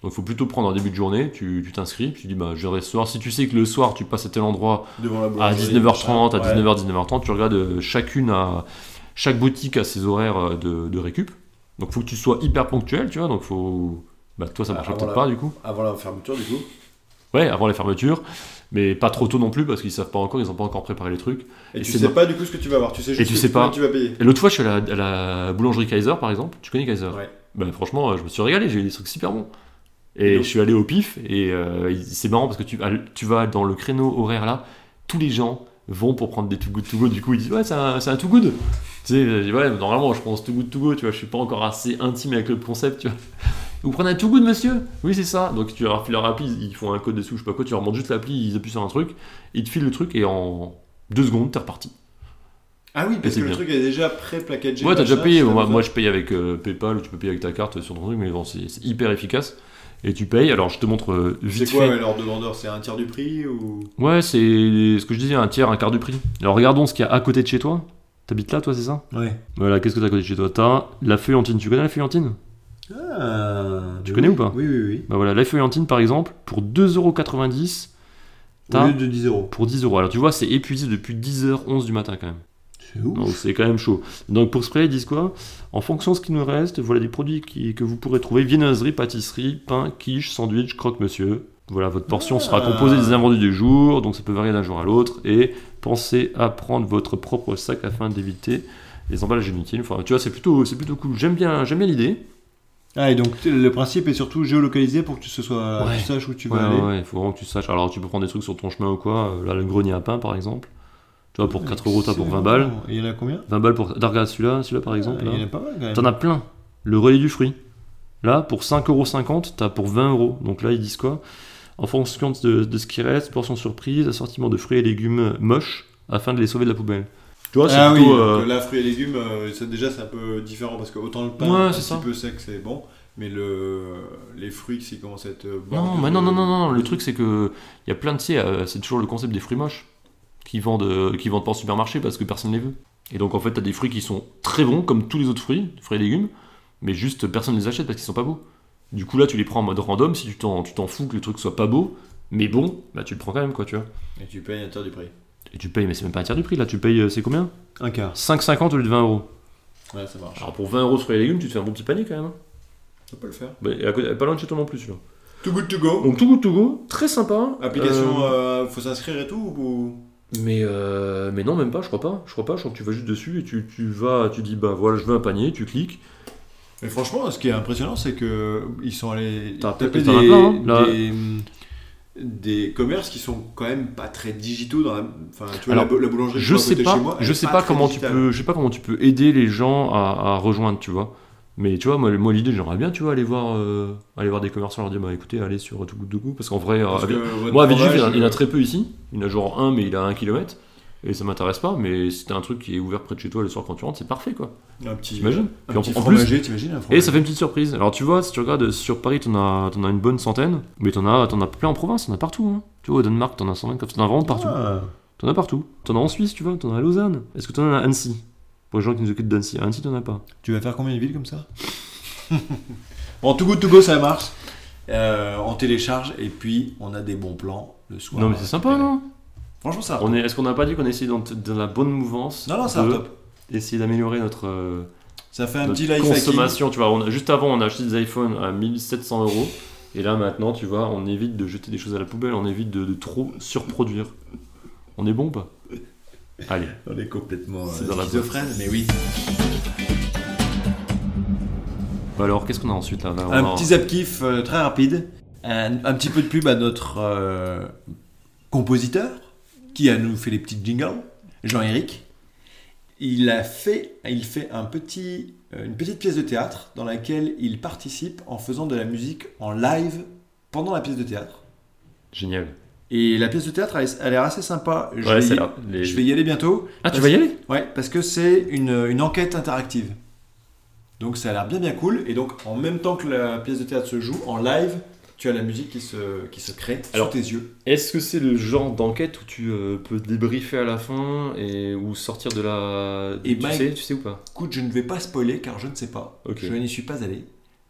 Donc il faut plutôt prendre en début de journée. Tu tu t'inscris, tu dis bah, je verrai ce soir. Si tu sais que le soir tu passes à tel endroit devant la à boulangerie, 19h30, à machin, ouais. 19h, 19h30, tu regardes euh, chacune à. Chaque boutique a ses horaires euh, de, de récup. Donc faut que tu sois hyper ponctuel, tu vois. Donc faut. Bah, toi ça Ah, marchera avant peut-être la- pas du coup. Avant la fermeture, du coup. Ouais, avant la fermeture, mais pas trop tôt non plus parce qu'ils savent pas encore, ils ont pas encore préparé les trucs. Et, Et tu c'est sais mar- pas du coup ce que tu vas avoir, tu sais juste tu que- sais pas. combien tu vas payer. Et l'autre fois, je suis allé à la, à la boulangerie Kaiser par exemple, tu connais Kaiser Ouais. Ben, franchement, euh, je me suis régalé, j'ai eu des trucs super bons. Et Et donc- je suis allé au pif, et euh, il- c'est marrant parce que tu, al- tu vas dans le créneau horaire là, tous les gens vont pour prendre des too good to go, du coup ils disent ouais, c'est un, c'est un too good. Tu sais, je dis, ouais, normalement je pense too good to go, tu vois, je suis pas encore assez intime avec le concept, tu vois. Vous prenez un too good monsieur Oui, c'est ça. Donc tu leur files leur appli, ils font un code dessous, je sais pas quoi, tu leur montres juste l'appli, ils appuient sur un truc, ils te filent le truc, et en deux secondes, t'es reparti. Ah oui, parce c'est que le bien. truc est déjà pré-packagé. Ouais, t'as déjà machin, payé. si t'as Moi, besoin. moi, je paye avec euh, PayPal ou tu peux payer avec ta carte sur ton truc, mais bon, c'est c'est hyper efficace. Et tu payes. Alors, je te montre euh, C'est vite quoi fait. ouais, leur demandeur C'est un tiers du prix ou. Ouais, c'est ce que je disais, un tiers, un quart du prix. Alors, regardons ce qu'il y a à côté de chez toi. T'habites là, toi, c'est ça Ouais. Voilà, qu'est-ce que t'as à côté de chez toi T'as la feuillantine. Tu connais la feuillantine Ah, Tu connais ou pas Oui, oui, oui. Bah voilà, la feuillantine, par exemple, pour 2,90€, t'as Au lieu de 10 euros. pour 10 euros. Alors, tu vois, c'est épuisé depuis 10h11 du matin quand même. C'est ouf. Donc c'est quand même chaud. Donc pour Spray, ils disent quoi En fonction de ce qui nous reste, voilà des produits qui- que vous pourrez trouver viennoiserie, pâtisserie, pain, quiche, sandwich, croque-monsieur. Voilà, votre portion sera Ah. composée des invendus du jour, donc ça peut varier d'un jour à l'autre. Et pensez à prendre votre propre sac afin d'éviter les emballages inutiles. Enfin, tu vois, c'est plutôt, c'est plutôt cool. J'aime bien, j'aime bien l'idée. Ah, et donc t- le principe est surtout géolocalisé pour que tu, ce soit, Ouais. tu saches où tu Ouais, vas aller. ouais, ouais, il faut vraiment que tu saches. Alors, tu peux prendre des trucs sur ton chemin ou quoi. euh, Là, le grenier à pain, par exemple. Tu vois, pour 4 euros, t'as pour 20 balles. Excellent. Et il y en a combien Ah, 20 balles pour. T'as regardé celui-là, celui-là par exemple. Il y en là. a pas mal quand même. T'en as plein. Le relais du fruit. Là, pour 5,50€, t'as pour 20€. Donc là, ils disent quoi En fonction de, de ce qui reste, portion surprise, assortiment de fruits et légumes moches, afin de les sauver de la poubelle. Tu vois, c'est Ah oui, plutôt. donc, euh, là, fruits et légumes, euh, ça, déjà c'est un peu différent parce que autant le pain, Ouais, un c'est petit ça. peu sec, c'est bon, mais le, les fruits, c'est commence à être. bordé Non, de- mais non, non, non, non, le truc c'est que il y a plein de, tu sais, euh, c'est toujours le concept des fruits moches qui vendent, euh, qui vendent pas en supermarché parce que personne les veut. Et donc en fait, t'as des fruits qui sont très bons comme tous les autres fruits, fruits et légumes, mais juste personne les achète parce qu'ils sont pas beaux. Du coup là, tu les prends en mode random, si tu t'en, tu t'en fous que le truc soit pas beau, mais bon, bah tu le prends quand même quoi, tu vois. Et tu payes un tiers du prix. Et tu payes, mais c'est même pas un tiers du prix là, tu payes, euh, c'est combien Un quart. 5,50 au lieu de 20 euros. Ouais, ça marche. Alors pour 20 euros de fruits et légumes, tu te fais un bon petit panier quand même. hein. On peut le faire. Bah, et à côté- pas loin de chez toi non plus, celui-là. Too good to go. Donc tout goût, tout goût, très sympa. Application, Oh. Euh, euh, faut s'inscrire et tout ou... Mais, euh, mais non, même pas, je crois pas. Je crois pas, je crois que tu vas juste dessus et tu, tu vas, tu dis, bah voilà, je veux un panier, tu cliques. Mais franchement, ce qui est impressionnant, c'est que ils sont allés T'as- taper t'en as des, plein, hein, là. des, des commerces qui sont quand même pas très digitaux. Dans la, enfin, tu vois, Alors, la, bou- la boulangerie Je que je vois à sais côté de pas, chez moi, elle je est sais pas, très comment tu digitale. peux, je sais pas comment tu peux aider les gens à, à rejoindre, tu vois. Mais tu vois, moi, moi, l'idée, j'aimerais bien, tu vois, aller voir, euh, aller voir des commerçants, leur dire, bah écoutez, allez sur tout goût de goût, parce qu'en vrai, Parce euh, que avec- votre moi, à Villejuif, il y en a- fromage, il y en euh, a très peu ici. Il y en a genre un, mais il a un kilomètre. Et ça m'intéresse pas, mais si t'as un truc qui est ouvert près de chez toi le soir quand tu rentres, c'est parfait, quoi. euh, Un petit, T'imagines un Puis en- petit en plus, fromager, t'imagines un Et fromager ça fait une petite surprise. Alors tu vois, si tu regardes euh, sur Paris, t'en as, t'en as une bonne centaine, mais t'en as, t'en as plein en province, t'en as partout. hein. Tu vois, au Danemark, t'en as 129, t'en as vraiment partout. Ah. T'en as partout. T'en as en Suisse, tu vois, t'en as à Lausanne. Est-ce que t'en as à Annecy Pour les gens qui nous occupent d'Annecy, à Annecy, t'en as pas. Tu vas faire combien de villes comme ça Bon, tout Good To Go, ça marche. Euh, on télécharge et puis on a des bons plans le soir. non, mais c'est sympa, non Franchement, ça. On est, Est-ce qu'on n'a pas dit qu'on essayait dans, dans la bonne mouvance Non, non, ça de top. Essayer d'améliorer notre, euh, Ça fait un notre petit life hacking. consommation, tu vois. On a- juste avant, on a acheté des iPhones à 1700 euros. Et là, maintenant, tu vois, on évite de jeter des choses à la poubelle, on évite de, de trop surproduire. On est bon ou pas Allez. On est complètement C'est euh, dans la schizophrène, mais oui. Bah alors, qu'est-ce qu'on a ensuite là, Oh, Là, on Un a- petit zap kiff euh, très rapide. Un, un petit peu de pub à notre euh, compositeur qui a nous fait les petites jingles, Jean-Éric. Il a fait, il fait un petit, euh, une petite pièce de théâtre dans laquelle il participe en faisant de la musique en live pendant la pièce de théâtre. Génial. Et la pièce de théâtre elle, a l'air assez sympa. Je, Ouais, vais, c'est y, là. Les- je vais y aller bientôt. Ah, tu vas y aller Ouais, parce que c'est une, une enquête interactive. Donc ça a l'air bien bien cool. Et donc en même temps que la pièce de théâtre se joue, en live, tu as la musique qui se, qui se crée Alors- sous tes yeux. Est-ce que c'est le genre d'enquête où tu euh, peux débriefer à la fin et ou sortir de la. Et tu Mike- sais, tu sais ou pas Écoute, je ne vais pas spoiler car je ne sais pas. Ok. Je n'y suis pas allé.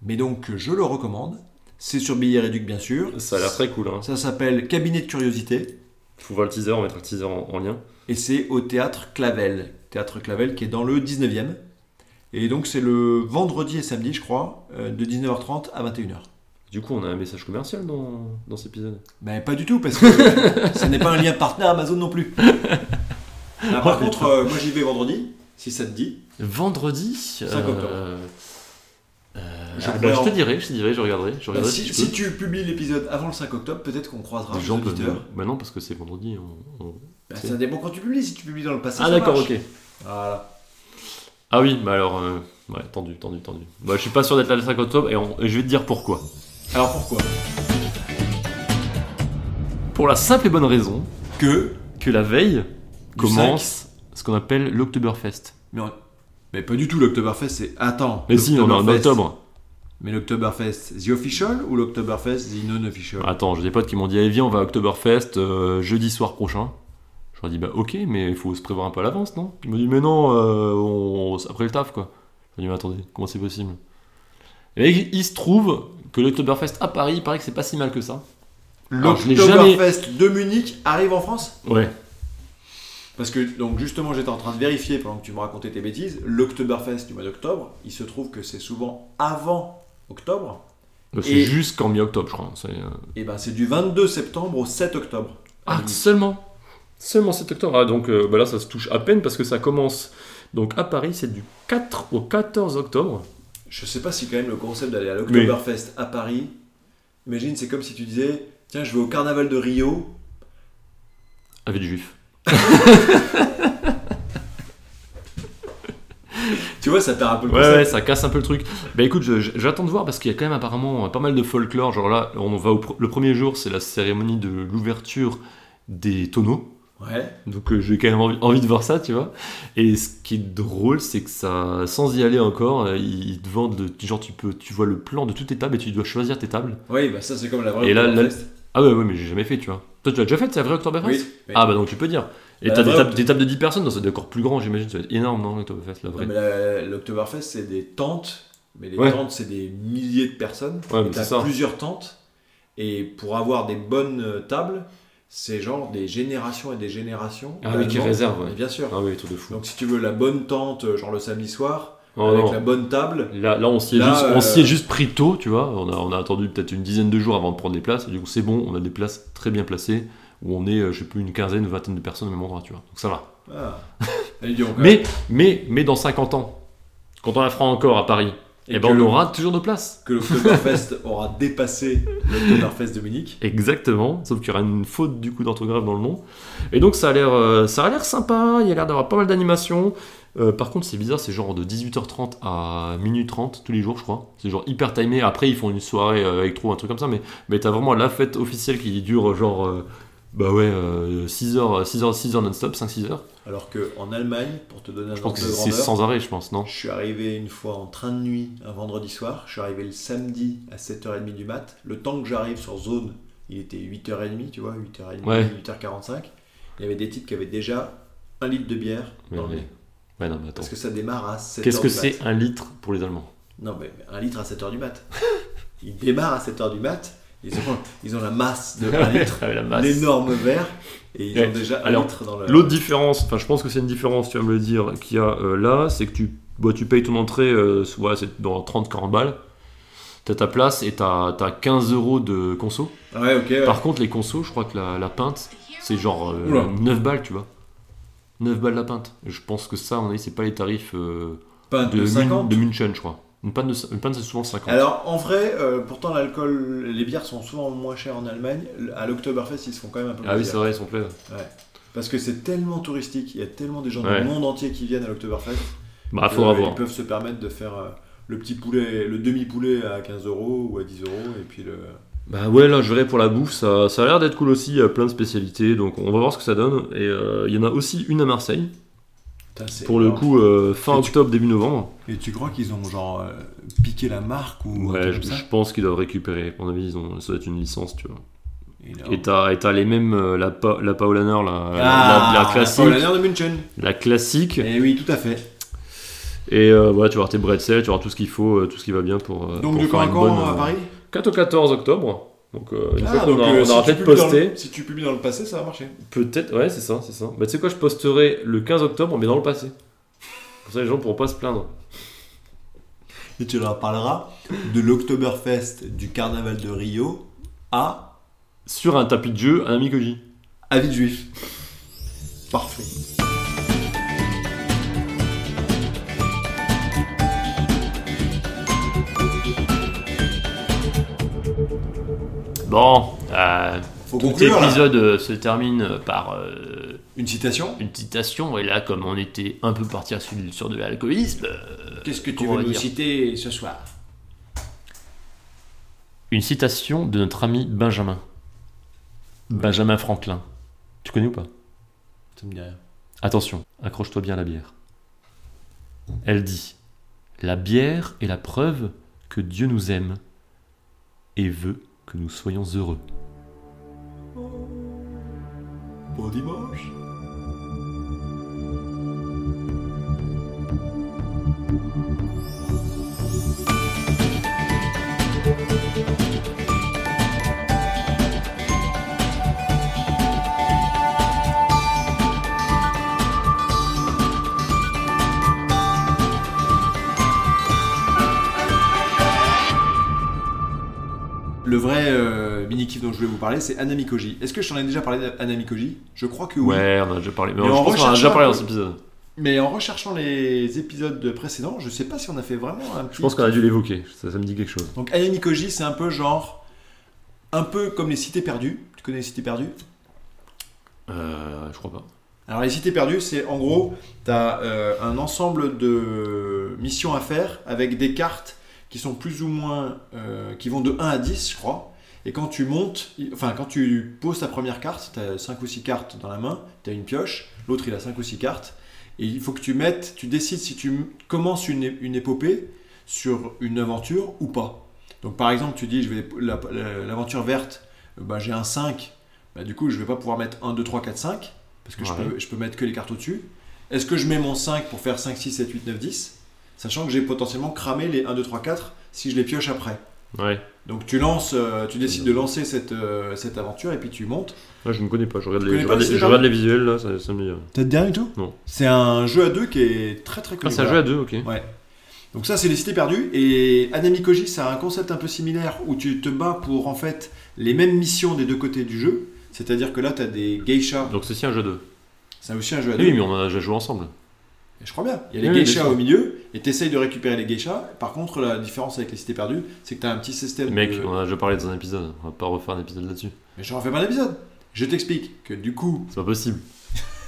Mais donc je le recommande. C'est sur Billet Réduc bien sûr. Ça a l'air très cool. Hein. Ça s'appelle Cabinet de curiosité. Faut voir le teaser, on mettra le teaser en, en lien. Et c'est au théâtre Clavel. Théâtre Clavel qui est dans le 19e. Et donc c'est le vendredi et samedi je crois, euh, de 19h30 à 21h. Du coup, on a un message commercial dans, dans cet épisode. Ben pas du tout parce que ce n'est pas un lien partenaire Amazon non plus. Ah, par Oh, contre, euh, moi j'y vais vendredi, si ça te dit. Vendredi. 5 octobre. euh, euh, Je ah, pourrais bah, je te en- dirai, je te dirai, je regarderai. Je Bah, regarderai si, si, si tu publies l'épisode avant le 5 octobre, peut-être qu'on croisera Les des gens peuvent. auditeurs. Bah non, parce que c'est vendredi. on- on- Bah, ça dépend quand tu publies, si tu publies dans le passé. Ah ça d'accord, marche. ok. Voilà. Ah oui, bah alors. euh, Ouais, tendu, tendu, tendu. Bah, je suis pas sûr d'être là le 5 octobre et, on- et je vais te dire pourquoi. Alors pourquoi Pour la simple et bonne raison Que. que la veille Du commence ce qu'on appelle l'Octoberfest. Mais, on- mais pas du tout, l'Octoberfest c'est. Attends. Mais si, on est en l'Oktoberfest- octobre. Mais l'Octoberfest The Official ou l'Octoberfest The Non Official Attends, j'ai des potes qui m'ont dit eh, viens, on va à Oktoberfest euh, jeudi soir prochain. Je leur ai dit bah ok, mais il faut se prévoir un peu à l'avance, non Ils m'ont dit mais non, euh, on- après le taf quoi. Je leur ai dit mais attendez, comment c'est possible Et il- il se trouve que l'Octoberfest à Paris, il paraît que c'est pas si mal que ça. alors, je l'ai L'Octoberfest de Munich arrive en France Ouais. Parce que, donc justement, j'étais en train de vérifier pendant que tu me racontais tes bêtises, l'Octoberfest du mois d'octobre, il se trouve que c'est souvent avant octobre, Bah, C'est Et- jusqu'en mi-octobre, je crois. C'est, euh, et ben c'est du 22 septembre au 7 octobre. Ah, seulement Seulement 7 octobre. Ah, donc euh, bah là, ça se touche à peine parce que ça commence. Donc à Paris, c'est du 4 au 14 octobre. Je sais pas si quand même le concept d'aller à l'Oktoberfest à Paris, imagine c'est comme si tu disais, tiens je vais au carnaval de Rio, Avec des juifs. tu vois ça perd un peu le Ouais, concept. ouais, ça casse un peu le truc. Bah écoute, je- je- j'attends de voir parce qu'il y a quand même apparemment euh, pas mal de folklore. Genre là, on va au pr- le premier jour, c'est la cérémonie de l'ouverture des tonneaux. Ouais. Donc euh, j'ai quand même envie, envie de voir ça, tu vois. Et ce qui est drôle, c'est que ça, sans y aller encore, euh, ils ils te vendent, le- genre tu peux, tu vois le plan de toutes tes tables et tu dois choisir tes tables. Oui, bah ça c'est comme la vraie Et là, Oktoberfest. Ah ouais, ouais, mais j'ai jamais fait, tu vois. Toi, tu l'as déjà fait, c'est la vraie Oktoberfest Oui, oui. Ah bah donc tu peux dire. Et Bah, t'as des, voilà. tables- des tables de 10 personnes, donc c'est encore plus grand, j'imagine, ça va être énorme, non, l'Oktoberfest, la Non, vraie. mais la- l'Oktoberfest c'est des tentes, mais les Ouais. tentes c'est des milliers de personnes. Ouais, mais Et c'est t'as ça. plusieurs tentes. Et pour avoir des bonnes euh, tables, c'est genre des générations et des générations. Ah oui, qui d'Allemands. réserve, ouais. Mais Bien sûr. Ah oui, truc de fou. Donc si tu veux la bonne tente, euh, genre le samedi soir, Oh, avec non. la bonne table, Là, là, on s'y est, Là, juste- on euh, s'y est juste pris tôt, tu vois. On a, on a attendu peut-être une dizaine de jours avant de prendre des places. Et du coup, c'est bon, on a des places très bien placées où on est, euh, je sais plus, une quinzaine, une vingtaine de personnes au même endroit, tu vois. Donc ça va. ah. Allez, dis donc, euh, Mais, mais, mais dans 50 ans, quand on la fera encore à Paris, Et eh ben, que on le- aura toujours nos places. que l'Oktoberfest aura dépassé l'Oktoberfest de Munich. Exactement, sauf qu'il y aura une faute du coup d'orthographe dans le nom. Et donc ça a l'air, euh, ça a l'air sympa, il y a l'air d'avoir pas mal d'animations. Euh, par contre, c'est bizarre, c'est genre de 18h30 à minuit 30 tous les jours, je crois. C'est genre hyper timé. Après, ils font une soirée euh, électro, un truc comme ça, mais, mais t'as vraiment la fête officielle qui dure genre, euh, bah ouais, 6h, 6h, 6h non-stop, 5-6h. Alors qu'en Allemagne, pour te donner un Je pense ordre que de c'est c'est grandeur, sans arrêt, je pense, non je suis arrivé une fois en train de nuit un vendredi soir, je suis arrivé le samedi à 7h30 du mat, le temps que j'arrive sur zone, il était 8h30, tu vois, 8h30, Ouais. 8h45, il y avait des types qui avaient déjà un litre de bière mais, dans le nez. mais- ouais, non, mais attends. Parce que ça démarre à 7h Qu'est-ce que du mat. c'est un litre pour les Allemands Non, mais un litre à 7h du mat. Ils démarrent à 7h du mat, ils ont, ils ont la masse de 1 litre, Ah, la masse. l'énorme verre, et ils Ouais. ont déjà 1 Alors, litre dans le. Euh, L'autre différence, enfin je pense que c'est une différence, tu vas me le dire, qu'il y a euh, là, c'est que tu, bah, tu payes ton entrée, euh, ouais, c'est dans 30-40 balles, t'as ta place et t'as t'as 15 euros de conso. Ouais, ok, ouais. Par contre, les consos, je crois que la, la pinte, c'est genre euh, Oula. 9 balles, tu vois. 9 balles la pinte. Je pense que ça, on est, c'est pas les tarifs euh, Pas de, de Ah 50. Mun- de München, je crois. Une pinte, de cin- une pinte, c'est souvent 50. Alors en vrai, euh, pourtant l'alcool, les bières sont souvent moins chères en Allemagne. À l'Oktoberfest, ils se font quand même un peu ah oui, plaisir. c'est vrai, ils sont pleins. Parce que c'est tellement touristique, il y a tellement des gens Ouais. du monde entier qui viennent à l'Oktoberfest. Bah, que, faudra euh, voir. Ils peuvent se permettre de faire euh, le petit poulet, le demi-poulet à 15 euros ou à 10 euros, et puis le. Bah ouais, là je verrai pour la bouffe, ça, ça a l'air d'être cool aussi, il y a plein de spécialités, donc on va voir ce que ça donne. Et euh, il y en a aussi une à Marseille, Putain, c'est pour le énorme. coup euh, fin Et tu- octobre, début novembre. Et tu crois qu'ils ont genre euh, piqué la marque ou un Ouais, truc je, comme ça je pense qu'ils doivent récupérer, à mon avis, ils ont, ça doit être une licence, tu vois. Énorme. Et t'as et t'as les mêmes, euh, la, pa, la Paulaner, la, Ah, la, la la classique, Paulaner de München. la classique, Et Eh oui, tout à fait. et euh, voilà, tu auras tes bretzels, tu auras tout ce qu'il faut, euh, tout ce qui va bien pour, euh, Donc pour de quand faire à une quand bonne, à euh, Paris 4 au 14 octobre, donc euh, une fois Ah, qu'on donc, aura- euh, on aura si peut-être tu publies dans le- posté. Si tu publies dans le passé, ça va marcher. Peut-être, ouais, c'est ça, c'est ça. Bah, tu sais quoi, je posterai le 15 octobre, mais dans le passé. Comme ça, les gens pourront pas se plaindre. Et tu leur parleras de l'Oktoberfest du carnaval de Rio à Sur un tapis de jeu, un ami Koji. Avis Juif. Parfait. Bon, euh, Faut cet conclure. là. épisode euh, se termine euh, par euh, Une citation une citation, et là, comme on était un peu parti sur, sur de l'alcoolisme, euh, Qu'est-ce que tu veux nous citer ce soir une citation de notre ami Benjamin. Benjamin Franklin. Tu connais ou pas Ça me dit rien. Attention, accroche-toi bien à la bière. Elle dit La bière est la preuve que Dieu nous aime et veut que nous soyons heureux. Bon dimanche. Le vrai euh, mini kiff dont je voulais vous parler, c'est Anamikoji. Est-ce que je t'en ai déjà parlé d'Anamikoji Je crois que oui. Ouais, on en a déjà parlé. Mais Mais je on pense qu'on en a recherche déjà un parlé peu. dans cet épisode. Mais en recherchant les épisodes précédents, je sais pas si on a fait vraiment un petit. Je pense qu'on a dû l'évoquer, ça, ça me dit quelque chose. Donc Ayanikoji, c'est un peu genre. Un peu comme les cités perdues. Tu connais les cités perdues Euh, je crois pas. Alors les cités perdues, c'est en gros, tu as un ensemble de missions à faire avec des cartes qui sont plus ou moins... euh, qui vont de 1 à 10, je crois. Et quand tu montes, i- enfin quand tu poses ta première carte, tu as 5 ou 6 cartes dans la main, tu as une pioche, l'autre il a 5 ou 6 cartes. Et il faut que tu mettes, tu décides si tu m- commences une, é- une épopée sur une aventure ou pas. Donc par exemple, tu dis, je vais la- la- l'aventure verte, euh, bah, j'ai un 5, bah, du coup je vais pas pouvoir mettre 1, 2, 3, 4, 5, parce que je, Ouais. peux, je peux mettre que les cartes au-dessus. Est-ce que je mets mon 5 pour faire 5, 6, 7, 8, 9, 10, sachant que j'ai potentiellement cramé les 1, 2, 3, 4 si je les pioche après Ouais, donc tu lances, euh, tu décides de lancer cette, euh, cette aventure et puis tu montes. Là, je ne connais pas, je regarde Tu les, connais je regarde pas le les- système je regarde les visuels là, ça, ça me dit. euh. T'as le dernier tout Non. C'est un jeu à deux qui est très très Ah, connu. c'est un jeu à deux, ok. Donc ça c'est les cités perdues et Anami Koji c'est un concept un peu similaire où tu te bats pour en fait les mêmes missions des deux côtés du jeu. C'est-à-dire que là t'as des geishas, Donc c'est si un jeu à deux. c'est aussi un jeu à deux. Oui, mais on en a déjà joué ensemble. Et Je crois bien. Il y a les Oui, oui, geishas bien sûr. au milieu et t'essayes de récupérer les geishas. Par contre la différence avec les cités perdues c'est que t'as un petit système. Mec, de... on en a déjà parlé dans un épisode, on va pas refaire un épisode là-dessus. mais j'en fais pas l'épisode. Je t'explique que du coup. C'est pas possible.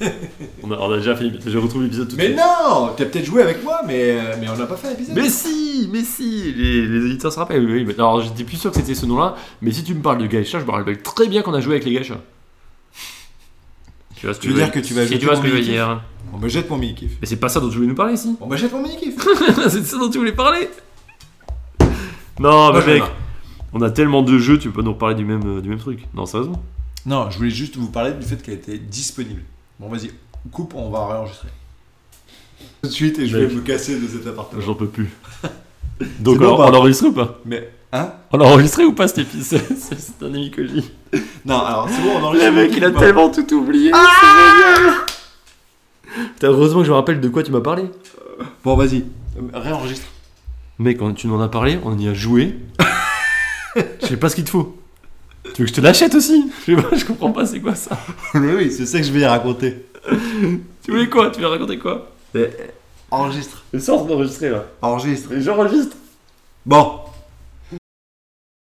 on, a, on a déjà fait l'épisode, je retrouve l'épisode tout de Mais suite. non, t'as peut-être joué avec moi, mais euh, mais on n'a pas fait l'épisode. Mais si, mais si, les, les auditeurs se rappellent. Oui, mais- alors j'étais plus sûr que c'était ce nom-là, mais si tu me parles de Gaïcha, je me rappelle très bien qu'on a joué avec les Gaïcha. Tu vois ce que Tu veux je dire que tu vas si jeter tu vois ce ton que je veux mini-kiff dire. On me bah, jette mon mini-kiff. Mais c'est pas ça dont tu voulais nous parler ici. On me bah, jette mon mini-kiff. c'est de ça dont tu voulais parler. Non, mais Moi, j'en ai mec, marre. on a tellement de jeux, tu peux pas nous reparler du même, euh, du même truc. Non, sérieusement. Non, je voulais juste vous parler du fait qu'elle était disponible. Bon, vas-y, coupe, on va réenregistrer. Tout de suite, et je vais Mec. vous casser de cet appartement. J'en peux plus. Donc, C'est bon, on, bah. on l'enregistre ou pas Mais, hein On l'a enregistré ou pas cet épisode C'est c'est un émicogie. Non, alors c'est bon, on enregistre. Le mec, il a Bah, tellement tout oublié. c'est génial. Putain, heureusement que je me rappelle de quoi tu m'as parlé. Bon, vas-y, euh, réenregistre. Mec, on- tu m'en as parlé, on y a joué. Je sais pas ce qu'il te faut. Tu veux que je te l'achète aussi Je sais pas, je comprends pas, c'est quoi ça oui, oui, c'est ça que je vais y raconter. Tu voulais quoi Tu veux raconter quoi Enregistre. Le sort d'enregistrer là. Enregistre. J'enregistre. Bon,